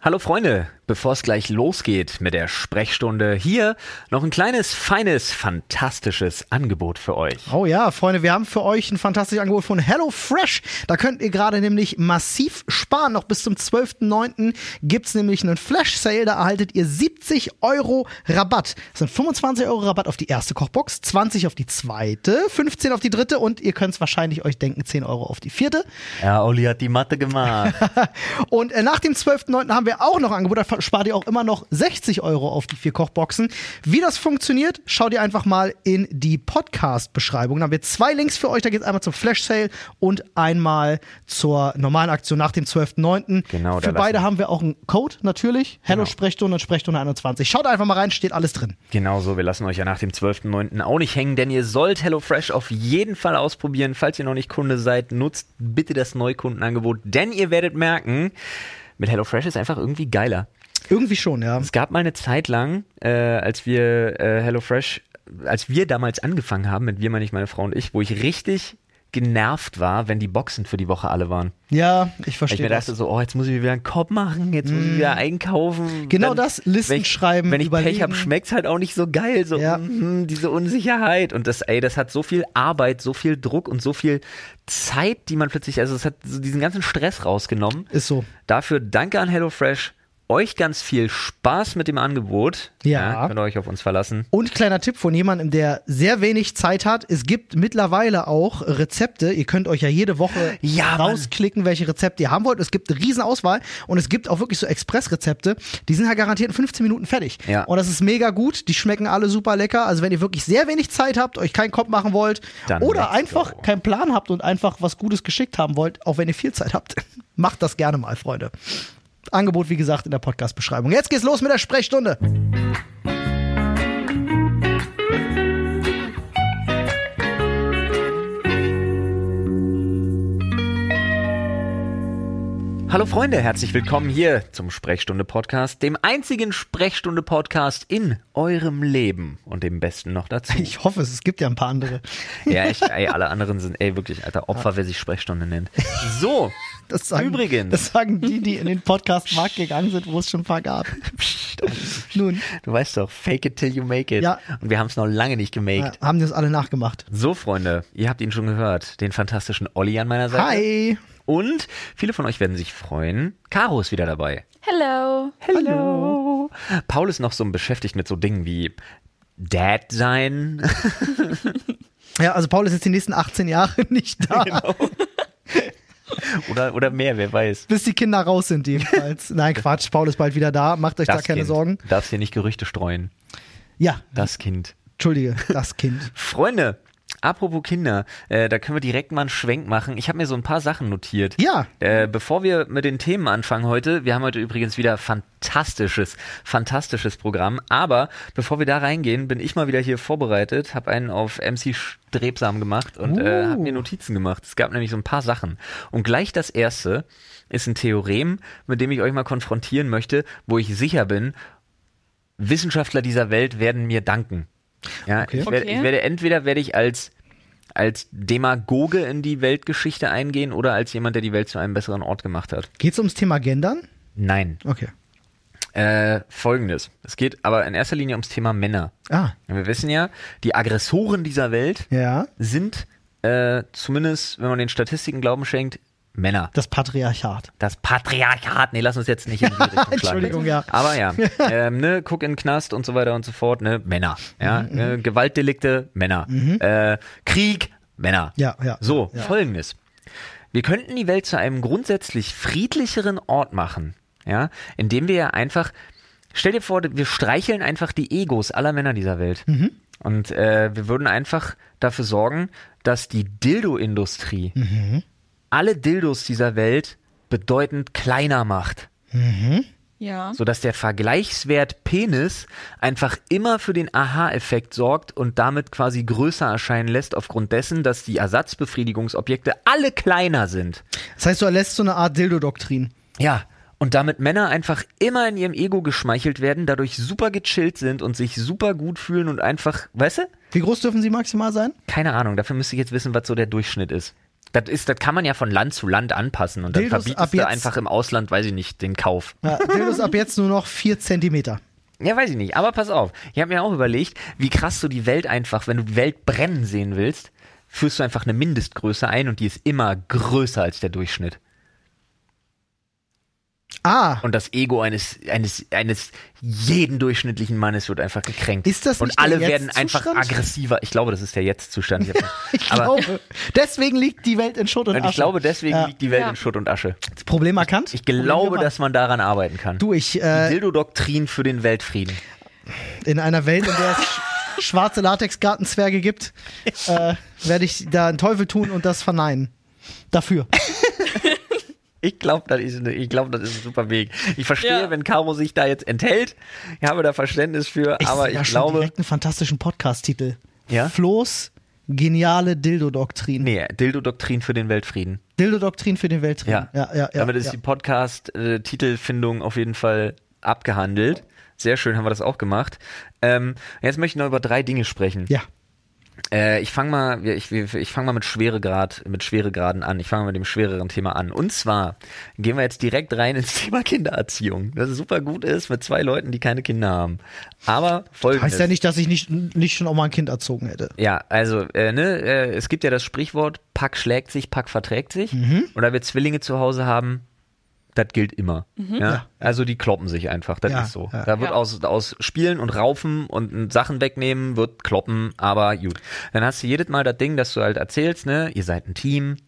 Hallo Freunde, bevor es gleich losgeht mit der Sprechstunde, hier noch ein kleines, feines, fantastisches Angebot für euch. Oh ja, Freunde, wir haben für euch ein fantastisches Angebot von HelloFresh. Da könnt ihr gerade nämlich massiv sparen. Noch bis zum 12.09. gibt's nämlich einen Flash-Sale. Da erhaltet ihr 70 Euro Rabatt. Das sind 25 Euro Rabatt auf die erste Kochbox, 20 auf die zweite, 15 auf die dritte und ihr könnt's wahrscheinlich euch denken, 10 Euro auf die vierte. Ja, Olli hat die Mathe gemacht. Und äh, nach dem 12.09. haben wir auch noch ein Angebot, da spart ihr auch immer noch 60 Euro auf die vier Kochboxen. Wie das funktioniert, schaut ihr einfach mal in die Podcast-Beschreibung. Da haben wir zwei Links für euch. Da geht es einmal zum Flash-Sale und einmal zur normalen Aktion nach dem 12.09. Genau, da für beide lassen- Genau. haben wir auch einen Code natürlich. Hello Sprechstunde und Sprechstunde 21. Schaut einfach mal rein, steht alles drin. Genauso, Genau wir lassen euch ja nach dem 12.09. auch nicht hängen, denn ihr sollt HelloFresh auf jeden Fall ausprobieren. Falls ihr noch nicht Kunde seid, nutzt bitte das Neukundenangebot, denn ihr werdet merken, mit HelloFresh ist einfach irgendwie geiler. Irgendwie schon, ja. Es gab mal eine Zeit lang, äh, als wir äh, HelloFresh, als wir damals angefangen haben, mit wir, meine ich, meine Frau und ich, wo ich richtig genervt war, wenn die Boxen für die Woche alle waren. Ja, ich Weil ich verstehe. mir das. Mm. dachte so, oh, jetzt muss ich wieder einen Korb machen, jetzt muss ich wieder einkaufen. Genau das, Listen wenn ich, schreiben, Wenn ich Pech überlegen. habe, schmeckt's halt auch nicht so geil, so Ja. mhm, diese Unsicherheit. Und das, ey, das hat so viel Arbeit, so viel Druck und so viel Zeit, die man plötzlich, also es hat so diesen ganzen Stress rausgenommen. Ist so. Dafür danke an HelloFresh. Euch ganz viel Spaß mit dem Angebot. Ja. könnt ihr euch auf uns verlassen. Und kleiner Tipp von jemandem, der sehr wenig Zeit hat. Es gibt mittlerweile auch Rezepte. Ihr könnt euch ja jede Woche Ja, Mann. rausklicken, welche Rezepte ihr haben wollt. Es gibt eine riesen Auswahl und es gibt auch wirklich so Express-Rezepte. Die sind ja garantiert in 15 Minuten fertig. Ja. Und das ist mega gut. Die schmecken alle super lecker. Also wenn ihr wirklich sehr wenig Zeit habt, euch keinen Kopf machen wollt Dann oder let's einfach go. keinen Plan habt und einfach was Gutes geschickt haben wollt, auch wenn ihr viel Zeit habt, macht das gerne mal, Freunde. Angebot, wie gesagt, in der Podcast-Beschreibung. Jetzt geht's los mit der Sprechstunde. Hallo Freunde, herzlich willkommen hier zum Sprechstunde Podcast, dem einzigen Sprechstunde Podcast in eurem Leben und dem besten noch dazu. Ich hoffe es, es gibt ja ein paar andere. Ja, echt, ey, alle anderen sind, ey, wirklich, alter Opfer, wer sich Sprechstunde nennt. So, Das sagen, Übrigens. Das sagen die, die in den Podcast-Markt gegangen sind, wo es schon ein paar gab. also, Nun, du weißt doch, fake it till you make it. Ja. Und wir haben es noch lange nicht ja, gemaked. haben die das alle nachgemacht. So, Freunde, ihr habt ihn schon gehört, den fantastischen Olli an meiner Seite. Hi! Und viele von euch werden sich freuen, Caro ist wieder dabei. Hello. Hallo. Paul ist noch so beschäftigt mit so Dingen wie Dad sein. Ja, also Paul ist jetzt die nächsten 18 Jahre nicht da, Genau. Oder, oder mehr, wer weiß. bis die Kinder raus sind jedenfalls. Nein, Quatsch, Paul ist bald wieder da, macht euch da keine Kind. Sorgen. Darfst hier nicht Gerüchte streuen. Ja, Das Kind. entschuldige, das Kind. Freunde, apropos Kinder, äh, da können wir direkt mal einen Schwenk machen. Ich habe mir so ein paar Sachen notiert. Ja. Äh, bevor wir mit den Themen anfangen heute, wir haben heute übrigens wieder fantastisches, fantastisches Programm. Aber bevor wir da reingehen, bin ich mal wieder hier vorbereitet, habe einen auf MC Strebsam gemacht und äh, habe mir Notizen gemacht. Es gab nämlich so ein paar Sachen. Und gleich das erste ist ein Theorem, mit dem ich euch mal konfrontieren möchte, wo ich sicher bin, Wissenschaftler dieser Welt werden mir danken. Ja, Okay. ich, werde, Okay. ich werde entweder werde ich als als Demagoge in die Weltgeschichte eingehen oder als jemand, der die Welt zu einem besseren Ort gemacht hat. Geht's ums Thema Gendern? Nein. Okay. Äh, Folgendes: Es geht aber in erster Linie ums Thema Männer. Ah, Wir wissen ja, die Aggressoren dieser Welt ja, sind äh, zumindest, wenn man den Statistiken Glauben schenkt, Männer. das Patriarchat. Das Patriarchat. Nee, lass uns jetzt nicht in die Richtung Entschuldigung, schlagen. ja. Aber ja, ähm, ne, guck in den Knast und so weiter und so fort, ne, Männer. Ja, Mhm, ne, Gewaltdelikte, Männer. Äh, Krieg, Männer. Ja, ja, So, ja. folgendes. Wir könnten die Welt zu einem grundsätzlich friedlicheren Ort machen, ja, indem wir ja einfach, stell dir vor, wir streicheln einfach die Egos aller Männer dieser Welt. Mhm. Und äh, wir würden einfach dafür sorgen, dass die Dildo-Industrie Mhm. alle Dildos dieser Welt bedeutend kleiner macht, Ja. sodass der Vergleichswert Penis einfach immer für den Aha-Effekt sorgt und damit quasi größer erscheinen lässt, aufgrund dessen, dass die Ersatzbefriedigungsobjekte alle kleiner sind. Das heißt, du erlässt so eine Art Dildo-Doktrin. Ja. Und damit Männer einfach immer in ihrem Ego geschmeichelt werden, dadurch super gechillt sind und sich super gut fühlen und einfach, weißt du? Wie groß dürfen sie maximal sein? Keine Ahnung, dafür müsste ich jetzt wissen, was so der Durchschnitt ist. Das, ist, das kann man ja von Land zu Land anpassen und dann Dildos ab verbietest du jetzt- einfach im Ausland, weiß ich nicht, den Kauf. Ja, Dildos ab jetzt nur noch 4 Zentimeter. Ja, weiß ich nicht, aber pass auf. Ich habe mir auch überlegt, wie krass du die Welt einfach, wenn du die Welt brennen sehen willst, führst du einfach eine Mindestgröße ein und die ist immer größer als der Durchschnitt. Ah, Und das Ego eines, eines, eines jeden durchschnittlichen Mannes wird einfach gekränkt. Ist das und nicht der alle werden einfach Jetzt-Zustand? aggressiver. Ich glaube, das ist der Jetzt-Zustand. Ich hab- ich aber- glaube. Deswegen liegt die Welt in Schutt und Und Asche. ich glaube, deswegen Ja. liegt die Welt Ja. in Schutt und Asche. Problem erkannt. Ich Problem glaube, gemacht. dass man daran arbeiten kann. Du, ich, Die äh, Dildo-Doktrin für den Weltfrieden. in einer Welt, in der es sch- schwarze Latexgartenzwerge gibt, äh, werde ich da einen Teufel tun und das verneinen. Dafür. Ich glaube, das, ist eine- ich glaub, das ist ein super Weg. Ich verstehe, Ja. wenn Caro sich da jetzt enthält. Ich habe da Verständnis für, aber sehe da ich schon glaube. direkt einen fantastischen Podcast-Titel. Ja? Flo's geniale Dildo-Doktrin. Nee, Dildo-Doktrin für den Weltfrieden. Dildo-Doktrin für den Weltried. Ja. ja, ja, ja Damit ist ja. die Podcast-Titelfindung auf jeden Fall abgehandelt. Sehr schön haben wir das auch gemacht. Ähm, jetzt möchte ich noch über drei Dinge sprechen. ja. Äh, ich fange mal, ich, ich, ich fang mal mit Schweregrad, mit Schweregraden an. Ich fange mal mit dem schwereren Thema an. Und zwar gehen wir jetzt direkt rein ins Thema Kindererziehung. Das super gut ist mit zwei Leuten, die keine Kinder haben. Aber folgendes. Heißt ja nicht, dass ich nicht, nicht schon auch mal ein Kind erzogen hätte. Ja, also, äh, ne, äh, es gibt ja das Sprichwort, Pack schlägt sich, Pack verträgt sich. Mhm. Und da wir Zwillinge zu Hause haben, das gilt immer. Ja? Also die kloppen sich einfach, das Mhm. Ja, ist so. ja. Da wird Ja. aus, aus Spielen und Raufen und Sachen wegnehmen, wird kloppen, aber gut. Dann hast du jedes Mal das Ding, dass du halt erzählst, ne, ihr seid ein Team,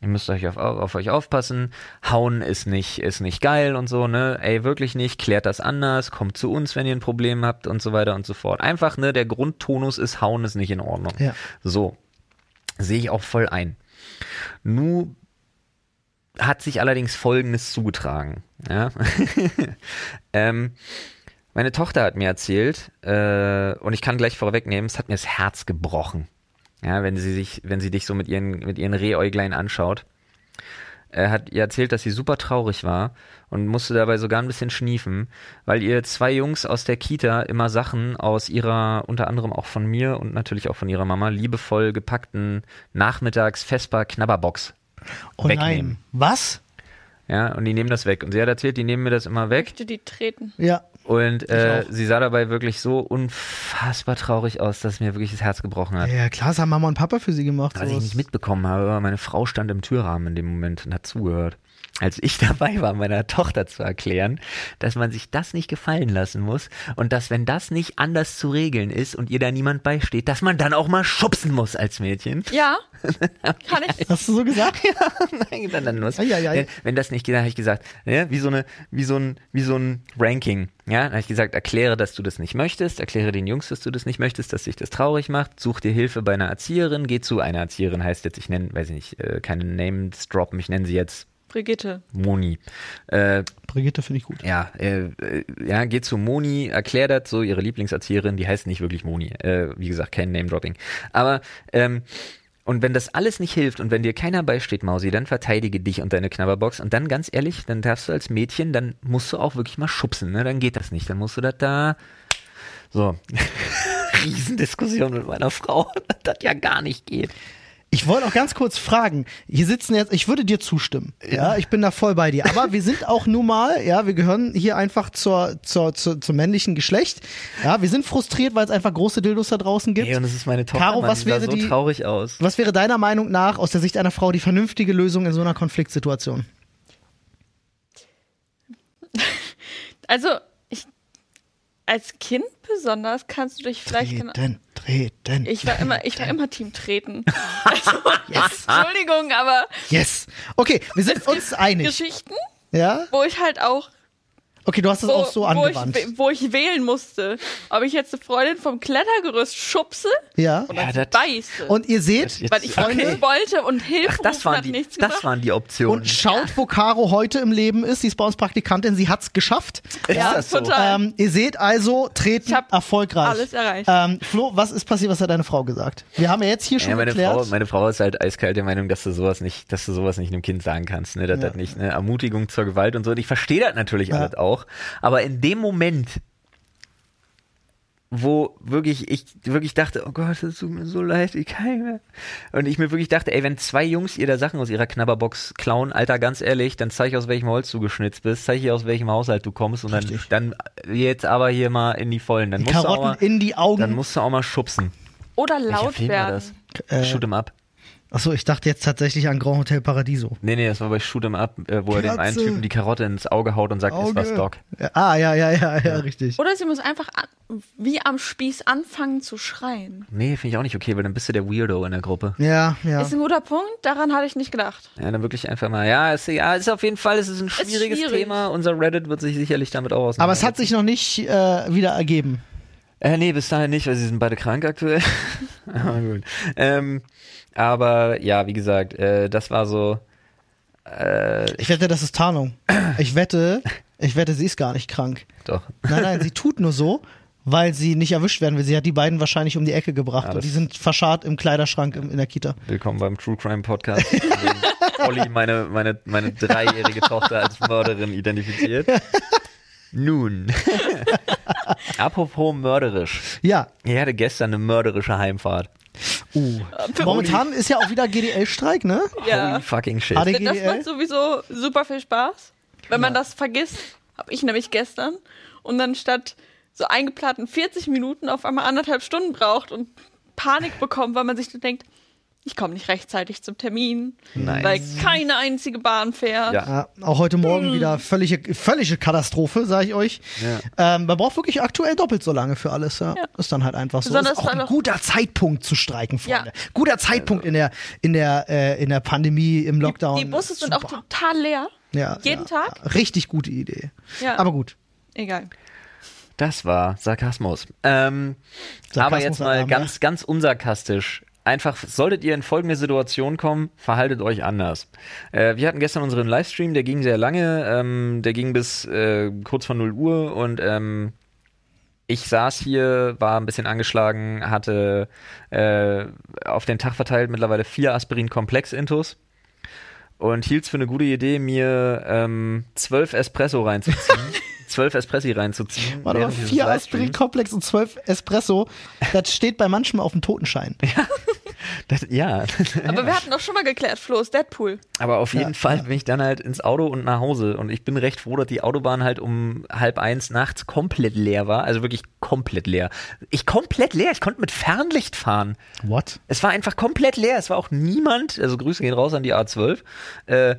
ihr müsst euch auf, auf euch aufpassen, hauen ist nicht, ist nicht geil und so, ne? Ey, wirklich nicht, klärt das anders, kommt zu uns, wenn ihr ein Problem habt und so weiter und so fort. Einfach, ne, der Grundtonus ist, hauen ist nicht in Ordnung. Ja. So. Sehe ich auch voll ein. Nu hat sich allerdings Folgendes zugetragen. Ja? ähm, meine Tochter hat mir erzählt, äh, und ich kann gleich vorwegnehmen, es hat mir das Herz gebrochen. Ja, wenn sie sich, wenn sie dich so mit ihren, mit ihren Rehäuglein anschaut. Er hat ihr erzählt, dass sie super traurig war und musste dabei sogar ein bisschen schniefen, weil ihr zwei Jungs aus der Kita immer Sachen aus ihrer, unter anderem auch von mir und natürlich auch von ihrer Mama, liebevoll gepackten Nachmittags-Vespa-Knabberbox Oh Wegnehmen. nein. Was? ja, und die nehmen das weg. Und sie hat erzählt, die nehmen mir das immer weg. möchte die treten. Ja. Und äh, auch. sie sah dabei wirklich so unfassbar traurig aus, dass mir wirklich das Herz gebrochen hat. Ja, klar, das haben Mama und Papa für sie gemacht. Was ich sowas. nicht mitbekommen habe, aber meine Frau stand im Türrahmen in dem Moment und hat zugehört. Als ich dabei war, meiner Tochter zu erklären, dass man sich das nicht gefallen lassen muss und dass, wenn das nicht anders zu regeln ist und ihr da niemand beisteht, dass man dann auch mal schubsen muss als Mädchen. Ja. Kann ich. Hast du so gesagt? dann muss. Ei, ei, ei. Wenn- Wenn das nicht geht, dann habe ich gesagt, ja, wie so eine, wie so ein, wie so ein Ranking. Ja, dann habe ich gesagt, erkläre, dass du das nicht möchtest, erkläre den Jungs, dass du das nicht möchtest, dass dich das traurig macht, such dir Hilfe bei einer Erzieherin, geh zu einer Erzieherin, heißt jetzt, ich nenne, weiß ich nicht, äh, keine Names droppen, ich nenne sie jetzt Brigitte. Moni. Äh, Brigitte finde ich gut. ja, äh, äh, ja, geht zu Moni, erklär das so, ihre Lieblingserzieherin, die heißt nicht wirklich Moni. Äh, wie gesagt, kein Name-Dropping. Aber, ähm, und wenn das alles nicht hilft und wenn dir keiner beisteht, Mausi, dann verteidige dich und deine Knabberbox. Und dann ganz ehrlich, dann darfst du als Mädchen, dann musst du auch wirklich mal schubsen, ne? Dann geht das nicht. Dann musst du das da. So. Riesendiskussion mit meiner Frau, dass das ja gar nicht geht. Ich wollte auch ganz kurz fragen. Hier sitzen jetzt, ich würde dir zustimmen. Ja, ich bin da voll bei dir. Aber wir sind auch nun mal, ja, wir gehören hier einfach zur, zur, zur, zum männlichen Geschlecht. Ja, wir sind frustriert, weil es einfach große Dildos da draußen gibt. Ey, und das ist meine Tochter. Caro, Mann, was die sah wäre so die- traurig aus? Was wäre deiner Meinung nach aus der Sicht einer Frau die vernünftige Lösung in so einer Konfliktsituation? Also, ich. Als Kind besonders kannst du dich vielleicht. genau- Treten, treten. Ich war immer, ich war immer Team treten. Also, Entschuldigung, aber Yes. Okay, wir sind uns einig. Geschichten, Ja? wo ich halt auch Okay, du hast das wo, auch so wo, ich, angewandt. wä- wo ich wählen musste, ob ich jetzt eine Freundin vom Klettergerüst schubse Ja. Ja, oder das- beiße. Und ihr seht, Jetzt- weil ich okay. nicht wollte und Hilfe Ach, das rufen waren hat die, nichts das gebracht. waren die Optionen. und schaut, wo Caro heute im Leben ist. Sie ist bei uns Praktikantin, sie hat's geschafft. ja, das so? total. Ähm, ihr seht also, treten Ich hab erfolgreich. alles erreicht. Ähm, Flo, was ist passiert? Was hat deine Frau gesagt? Wir haben ja jetzt hier schon Ja, meine erklärt. Frau, meine Frau ist halt eiskalt der Meinung, dass du sowas nicht, dass du sowas nicht einem Kind sagen kannst, ne? Dass Ja. das nicht eine Ermutigung zur Gewalt und so. Und ich verstehe das natürlich Ja. alles auch. Aber in dem Moment wo wirklich ich wirklich dachte, oh Gott, das tut mir so leid, ich kann nicht mehr. Und ich mir wirklich dachte, ey, wenn zwei Jungs ihr da Sachen aus ihrer Knabberbox klauen, Alter, ganz ehrlich, dann zeig aus welchem Holz du geschnitzt bist, zeig ich aus welchem Haushalt du kommst und dann, Richtig. dann jetzt aber hier mal in die Vollen. Dann Die musst du auch Karotten mal, in die dann Augen. musst du auch mal schubsen. Oder Welcher laut Film war werden. das? Äh, Shoot 'em up. Achso, ich dachte jetzt tatsächlich an Grand Hotel Paradiso. Nee, nee, das war bei Shoot 'em up, äh, wo er dem einen Katze. Typen die Karotte ins Auge haut und sagt, ist was, Doc. Ja, Ah, ja, ja, ja, ja, richtig. Oder sie muss einfach an, wie am Spieß anfangen zu schreien. Nee, finde ich auch nicht okay, weil dann bist du der Weirdo in der Gruppe. Ja, ja. Ist ein guter Punkt, daran hatte ich nicht gedacht. Ja, dann wirklich einfach mal. Ja, es ja, ist auf jeden Fall, es ist ein schwieriges schwierig. Thema. Unser Reddit wird sich sicherlich damit auch auseinandersetzen. Aber es hat sich noch nicht äh, wieder ergeben. Äh, nee, bis dahin nicht, weil sie sind beide krank aktuell. aber gut. Ähm, aber ja, wie gesagt, äh, das war so. Äh, Ich wette, das ist Tarnung. Ich wette, ich wette, sie ist gar nicht krank. Doch. Nein, nein, sie tut nur so, weil sie nicht erwischt werden will. Sie hat die beiden wahrscheinlich um die Ecke gebracht Ja, und das- die sind verscharrt im Kleiderschrank im, in der Kita. Willkommen beim True Crime Podcast, in dem Olli meine, meine, meine dreijährige Tochter als Mörderin identifiziert. Nun. Apropos mörderisch. Ja. Ich hatte gestern eine mörderische Heimfahrt. Uh. Momentan ist ja auch wieder GDL-Streik, ne? Ja. Holy fucking shit. ADGL? Das macht sowieso super viel Spaß. Wenn man das vergisst, habe ich nämlich gestern. Und dann statt so eingeplanten 40 Minuten auf einmal anderthalb Stunden braucht und Panik bekommt, weil man sich so denkt, ich komme nicht rechtzeitig zum Termin, Nice. weil keine einzige Bahn fährt. Ja. Ja, auch heute Morgen wieder völlige, völlige Katastrophe, sage ich euch. Ähm, man braucht wirklich aktuell doppelt so lange für alles. Ja. Ja. Ist dann halt einfach so. Besonders ist auch weil ein auch- guter Zeitpunkt zu streiken, Ja. Also Freunde. Guter Zeitpunkt in der in der äh, in der Pandemie, im Lockdown. Die Busse sind auch Super. total leer. ja, jeden ja. Tag? Richtig gute Idee. Ja. Aber gut. Egal. Das war Sarkasmus. Ähm, aber jetzt mal Sarkasmusalarm, ganz, ganz unsarkastisch. Einfach, solltet ihr in folgende Situation kommen, verhaltet euch anders. Äh, wir hatten gestern unseren Livestream, der ging sehr lange, ähm, der ging bis äh, kurz vor 0 Uhr und ähm, ich saß hier, war ein bisschen angeschlagen, hatte äh, auf den Tag verteilt mittlerweile vier Aspirin-Komplex-Intos und hielt es für eine gute Idee, mir ähm, zwölf Espresso reinzuziehen. zwölf Espressi reinzuziehen. Warte mal, während dieses vier Livestreams. Aspirin-Komplex und zwölf Espresso. Das steht bei manchem auf dem Totenschein. Das, ja, Aber wir hatten doch schon mal geklärt, Flo ist Deadpool. aber auf jeden Fall bin ich dann halt ins Auto und nach Hause. Und ich bin recht froh, dass die Autobahn halt um halb eins nachts komplett leer war. Also wirklich komplett leer. Ich komplett leer, ich konnte mit Fernlicht fahren. What? Es war einfach komplett leer. Es war auch niemand. Also Grüße gehen raus an die A12. Äh,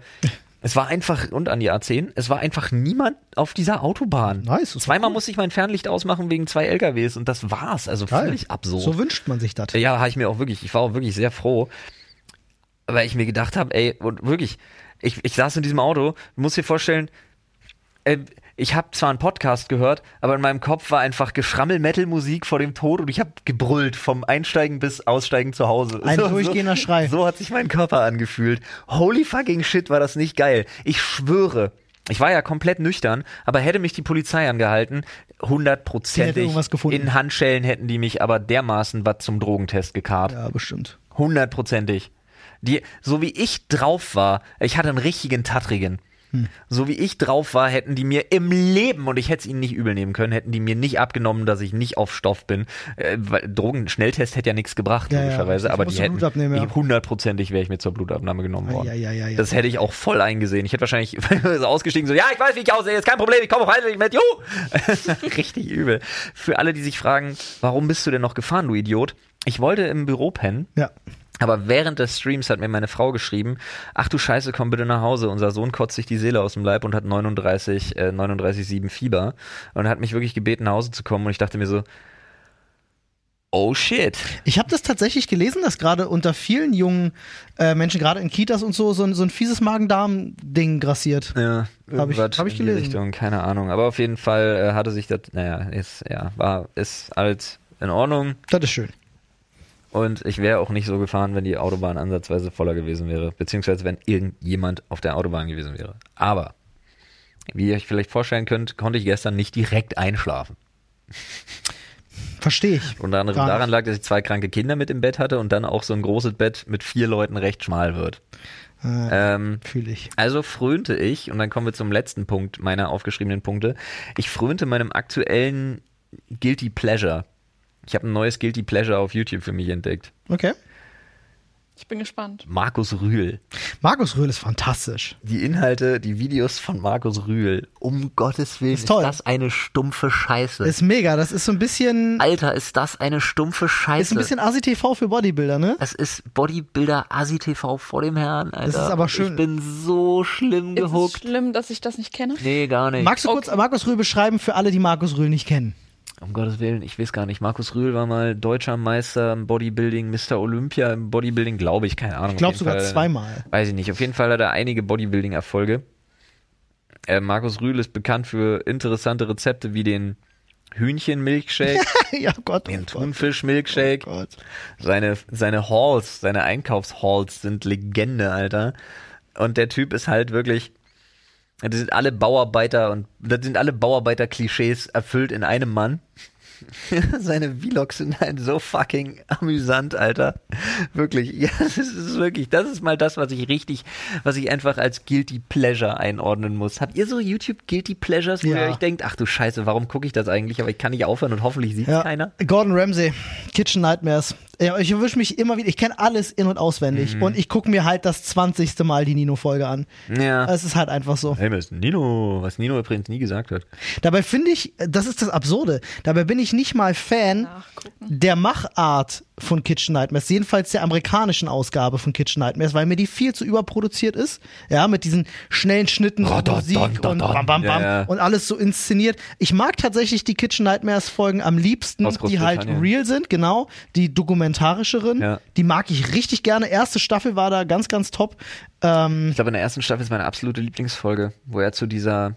es war einfach, und an die A10, es war einfach niemand auf dieser Autobahn. Nice, ist Zweimal musste ich mein Fernlicht ausmachen wegen zwei LKWs und das war's. Also völlig absurd. So wünscht man sich das. Ja, habe ich mir auch wirklich, ich war auch wirklich sehr froh, weil ich mir gedacht habe, ey, und wirklich, ich, ich saß in diesem Auto, muss dir vorstellen, äh, ich habe zwar einen Podcast gehört, aber in meinem Kopf war einfach Geschrammel-Metal-Musik vor dem Tod und ich habe gebrüllt vom Einsteigen bis Aussteigen zu Hause. Ein durchgehender so, Schrei. So hat sich mein Körper angefühlt. Holy fucking shit, war das nicht geil. Ich schwöre. Ich war ja komplett nüchtern, aber hätte mich die Polizei angehalten, hundertprozentig irgendwas gefunden. in Handschellen hätten die mich aber dermaßen was zum Drogentest gekarrt. Ja, bestimmt. Hundertprozentig. Die, so wie ich drauf war, ich hatte einen richtigen Tattrigen. Hm. So wie ich drauf war, hätten die mir im Leben, und ich hätte es ihnen nicht übel nehmen können, hätten die mir nicht abgenommen, dass ich nicht auf Stoff bin. Äh, weil Drogen-Schnelltest hätte ja nichts gebracht, Ja, ja, logischerweise, richtig. aber die Musst du hätten Blut abnehmen, ja. ich- hundertprozentig wäre ich mir zur Blutabnahme genommen worden. Ja, ja, ja, ja. Das hätte ich auch voll eingesehen. Ich hätte wahrscheinlich so ausgestiegen, so, ja, ich weiß, wie ich aussehe, ist kein Problem, ich komme freiwillig mit, juhu! Richtig übel. Für alle, die sich fragen, warum bist du denn noch gefahren, du Idiot? Ich wollte im Büro pennen, Ja. aber während des Streams hat mir meine Frau geschrieben, ach du Scheiße, komm bitte nach Hause. Unser Sohn kotzt sich die Seele aus dem Leib und hat 39, äh, 39,7 Fieber und hat mich wirklich gebeten, nach Hause zu kommen und ich dachte mir so, oh shit. Ich habe das tatsächlich gelesen, dass gerade unter vielen jungen äh, Menschen, gerade in Kitas und so, so ein, so ein fieses Magen-Darm-Ding grassiert. Ja, Hab ich- irgendwas hab ich in die gelesen. Richtung, keine Ahnung. Aber auf jeden Fall äh, hatte sich das, naja, ist, ja, war, ist alles in Ordnung. Das ist schön. Und ich wäre auch nicht so gefahren, wenn die Autobahn ansatzweise voller gewesen wäre, beziehungsweise wenn irgendjemand auf der Autobahn gewesen wäre. Aber, wie ihr euch vielleicht vorstellen könnt, konnte ich gestern nicht direkt einschlafen. Verstehe ich. Unter anderem Gar nicht. daran lag, dass ich zwei kranke Kinder mit im Bett hatte und dann auch so ein großes Bett mit vier Leuten recht schmal wird. Ähm, Fühle Äh, ich. Also frönte ich, und dann kommen wir zum letzten Punkt meiner aufgeschriebenen Punkte, ich frönte meinem aktuellen Guilty Pleasure. Ich habe ein neues Guilty Pleasure auf YouTube für mich entdeckt. Okay. Ich bin gespannt. Markus Rühl. Markus Röhl ist fantastisch. Die Inhalte, die Videos von Markus Rühl. Um Gottes Willen, Ist toll. das eine stumpfe Scheiße. Ist mega. Das ist so ein bisschen, Alter, ist das eine stumpfe Scheiße. ist ein bisschen ASI-TV für Bodybuilder, ne? Es ist Bodybuilder Asi TV vor dem Herrn, Alter. ist aber schön. Ich bin so schlimm Ist es gehuckt. schlimm, dass ich das nicht kenne? Nee, gar nicht. Magst du kurz Markus Röhl beschreiben für alle, die Markus Röhl nicht kennen? um Gottes Willen, ich weiß gar nicht. Markus Rühl war mal deutscher Meister im Bodybuilding, Mr. Olympia im Bodybuilding, glaube ich, keine Ahnung. Ich glaube Auf jeden sogar Fall- äh, zweimal. Weiß ich nicht. Auf jeden Fall hat er einige Bodybuilding-Erfolge. Äh, Markus Rühl ist bekannt für interessante Rezepte wie den Hühnchen-Milkshake, ja, Gott. den Oh Gott. Thunfisch-Milkshake. Oh Gott. Seine, seine Halls, seine Einkaufshalls sind Legende, Alter. Und der Typ ist halt wirklich. Das sind alle Bauarbeiter und das sind alle Bauarbeiter-Klischees erfüllt in einem Mann. Seine Vlogs sind halt so fucking amüsant, Alter. Wirklich. Ja, das ist wirklich, das ist mal das, was ich richtig, was ich einfach als Guilty Pleasure einordnen muss. Habt ihr so YouTube Guilty Pleasures, wo Ja. ihr euch denkt, ach du Scheiße, warum gucke ich das eigentlich? Aber ich kann nicht aufhören und hoffentlich sieht Ja. keiner. Gordon Ramsay, Kitchen Nightmares. Ja, ich erwische mich immer wieder, ich kenne alles in- und auswendig. Und ich gucke mir halt das 20. Mal die Nino-Folge an. Ja. Es ist halt einfach so. Hey, ist Nino, was Nino übrigens nie gesagt hat. Dabei finde ich, das ist das Absurde, dabei bin ich nicht mal Fan Nachgucken. der Machart von Kitchen Nightmares, jedenfalls der amerikanischen Ausgabe von Kitchen Nightmares, weil mir die viel zu überproduziert ist. Ja, mit diesen schnellen Schnitten Rot, und dot, Musik dot, dot, und dot. bam, bam, Ja, bam ja. und alles so inszeniert. Ich mag tatsächlich die Kitchen Nightmares Folgen am liebsten, Aus die halt Großbritannien. real sind, genau, die dokumentarischeren, Ja. die mag ich richtig gerne. Erste Staffel war da ganz, ganz top. Ähm, Ich glaube, in der ersten Staffel ist meine absolute Lieblingsfolge, wo er zu dieser,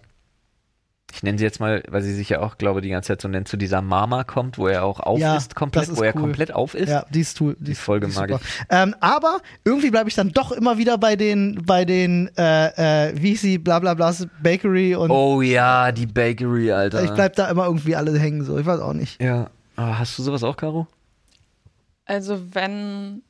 ich nenne sie jetzt mal, weil sie sich ja auch, glaube die ganze Zeit so nennt, zu dieser Mama kommt, wo er auch auf Ja, ist komplett, das ist wo er cool. komplett auf ist. ja, die ist cool. Die, Die ist- Folge die ist mag super. Ähm, aber irgendwie bleibe ich dann doch immer wieder bei den, bei den, äh, äh, wie hieß sie, bla bla bla, Bakery und Oh ja, die Bakery, Alter. ich bleib da immer irgendwie alle hängen, so, ich weiß auch nicht. ja. Ah, hast du sowas auch, Caro? Also wenn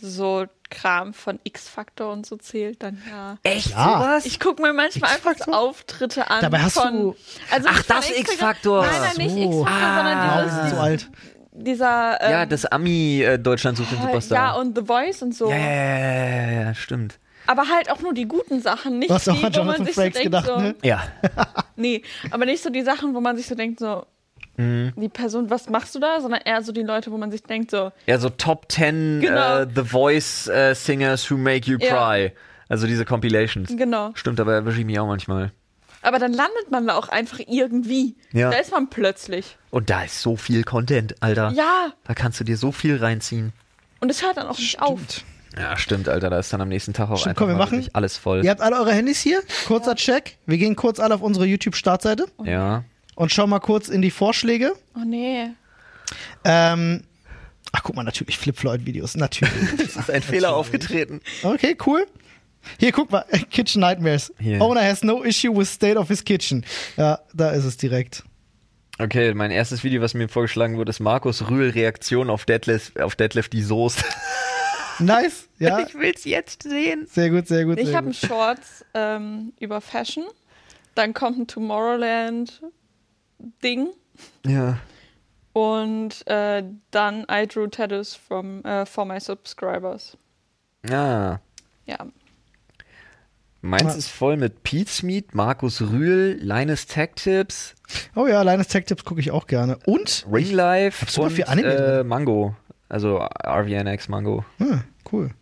so Kram von X-Factor und so zählt, dann ja. Echt Klar. sowas? Ich gucke mir manchmal einfach so X-Faktor? Auftritte an. Dabei hast von, du- also Ach, nicht das von X-Faktor. Nein, nein, nicht So. X-Faktor, Ah. Wow, wir sondern sind so dieses, alt. dieser. Ähm, ja, das Ami äh, Deutschland sucht den äh, Superstar. ja, und The Voice und so. ja, ja, ja, ja, ja, ja, stimmt. Aber halt auch nur die guten Sachen, nicht Du hast die, auch an wo man Jonathan sich so Frakes denkt, gedacht, so, ne? Ja. Nee, aber nicht so die Sachen, wo man sich so denkt, so, Mhm. die Person, was machst du da? Sondern eher so die Leute, wo man sich denkt, so, Ja, so Top 10 Genau. äh, The Voice äh, Singers Who Make You Ja. Cry. Also diese Compilations. genau. Stimmt, aber erwische ich mich auch manchmal. Aber dann landet man da auch einfach irgendwie. Ja. Da ist man plötzlich. Und da ist so viel Content, Alter. Ja, Da kannst du dir so viel reinziehen. und es hört dann auch nicht auf. Ja, stimmt, Alter. Da ist dann am nächsten Tag auch Stimmt, einfach komm, wir mal machen- wirklich alles voll. Ihr habt alle eure Handys hier, kurzer Check. Wir gehen kurz alle auf unsere YouTube-Startseite Ja. und schauen mal kurz in die Vorschläge. Oh nee. Ähm, ach, guck mal, natürlich Flip-Floyd-Videos, natürlich. Es ist ein Fehler aufgetreten. Okay, cool. Hier, guck mal, Kitchen Nightmares. Hier. Owner has no issue with state of his kitchen. Ja, da ist es direkt. Okay, mein erstes Video, was mir vorgeschlagen wurde, ist Markus Rühl Reaktion auf Deadlift, auf Deadlift die Soße. Nice, ja. Ich will's jetzt sehen. Sehr gut, sehr gut. Ich sehr habe einen gut. Shorts ähm, über Fashion. Dann kommt ein Tomorrowland-Ding. Ja. Und äh, dann I drew tattoos from, äh, for my subscribers. Ja. Ja. Meins Ah. ist voll mit Pete Smith, Markus Rühl, Linus Tech Tips, Oh ja, Linus Tech Tips gucke ich auch gerne. Und? Ring Life hab super und viel Anime äh, Mango. Also RVNX Mango. Hm, cool.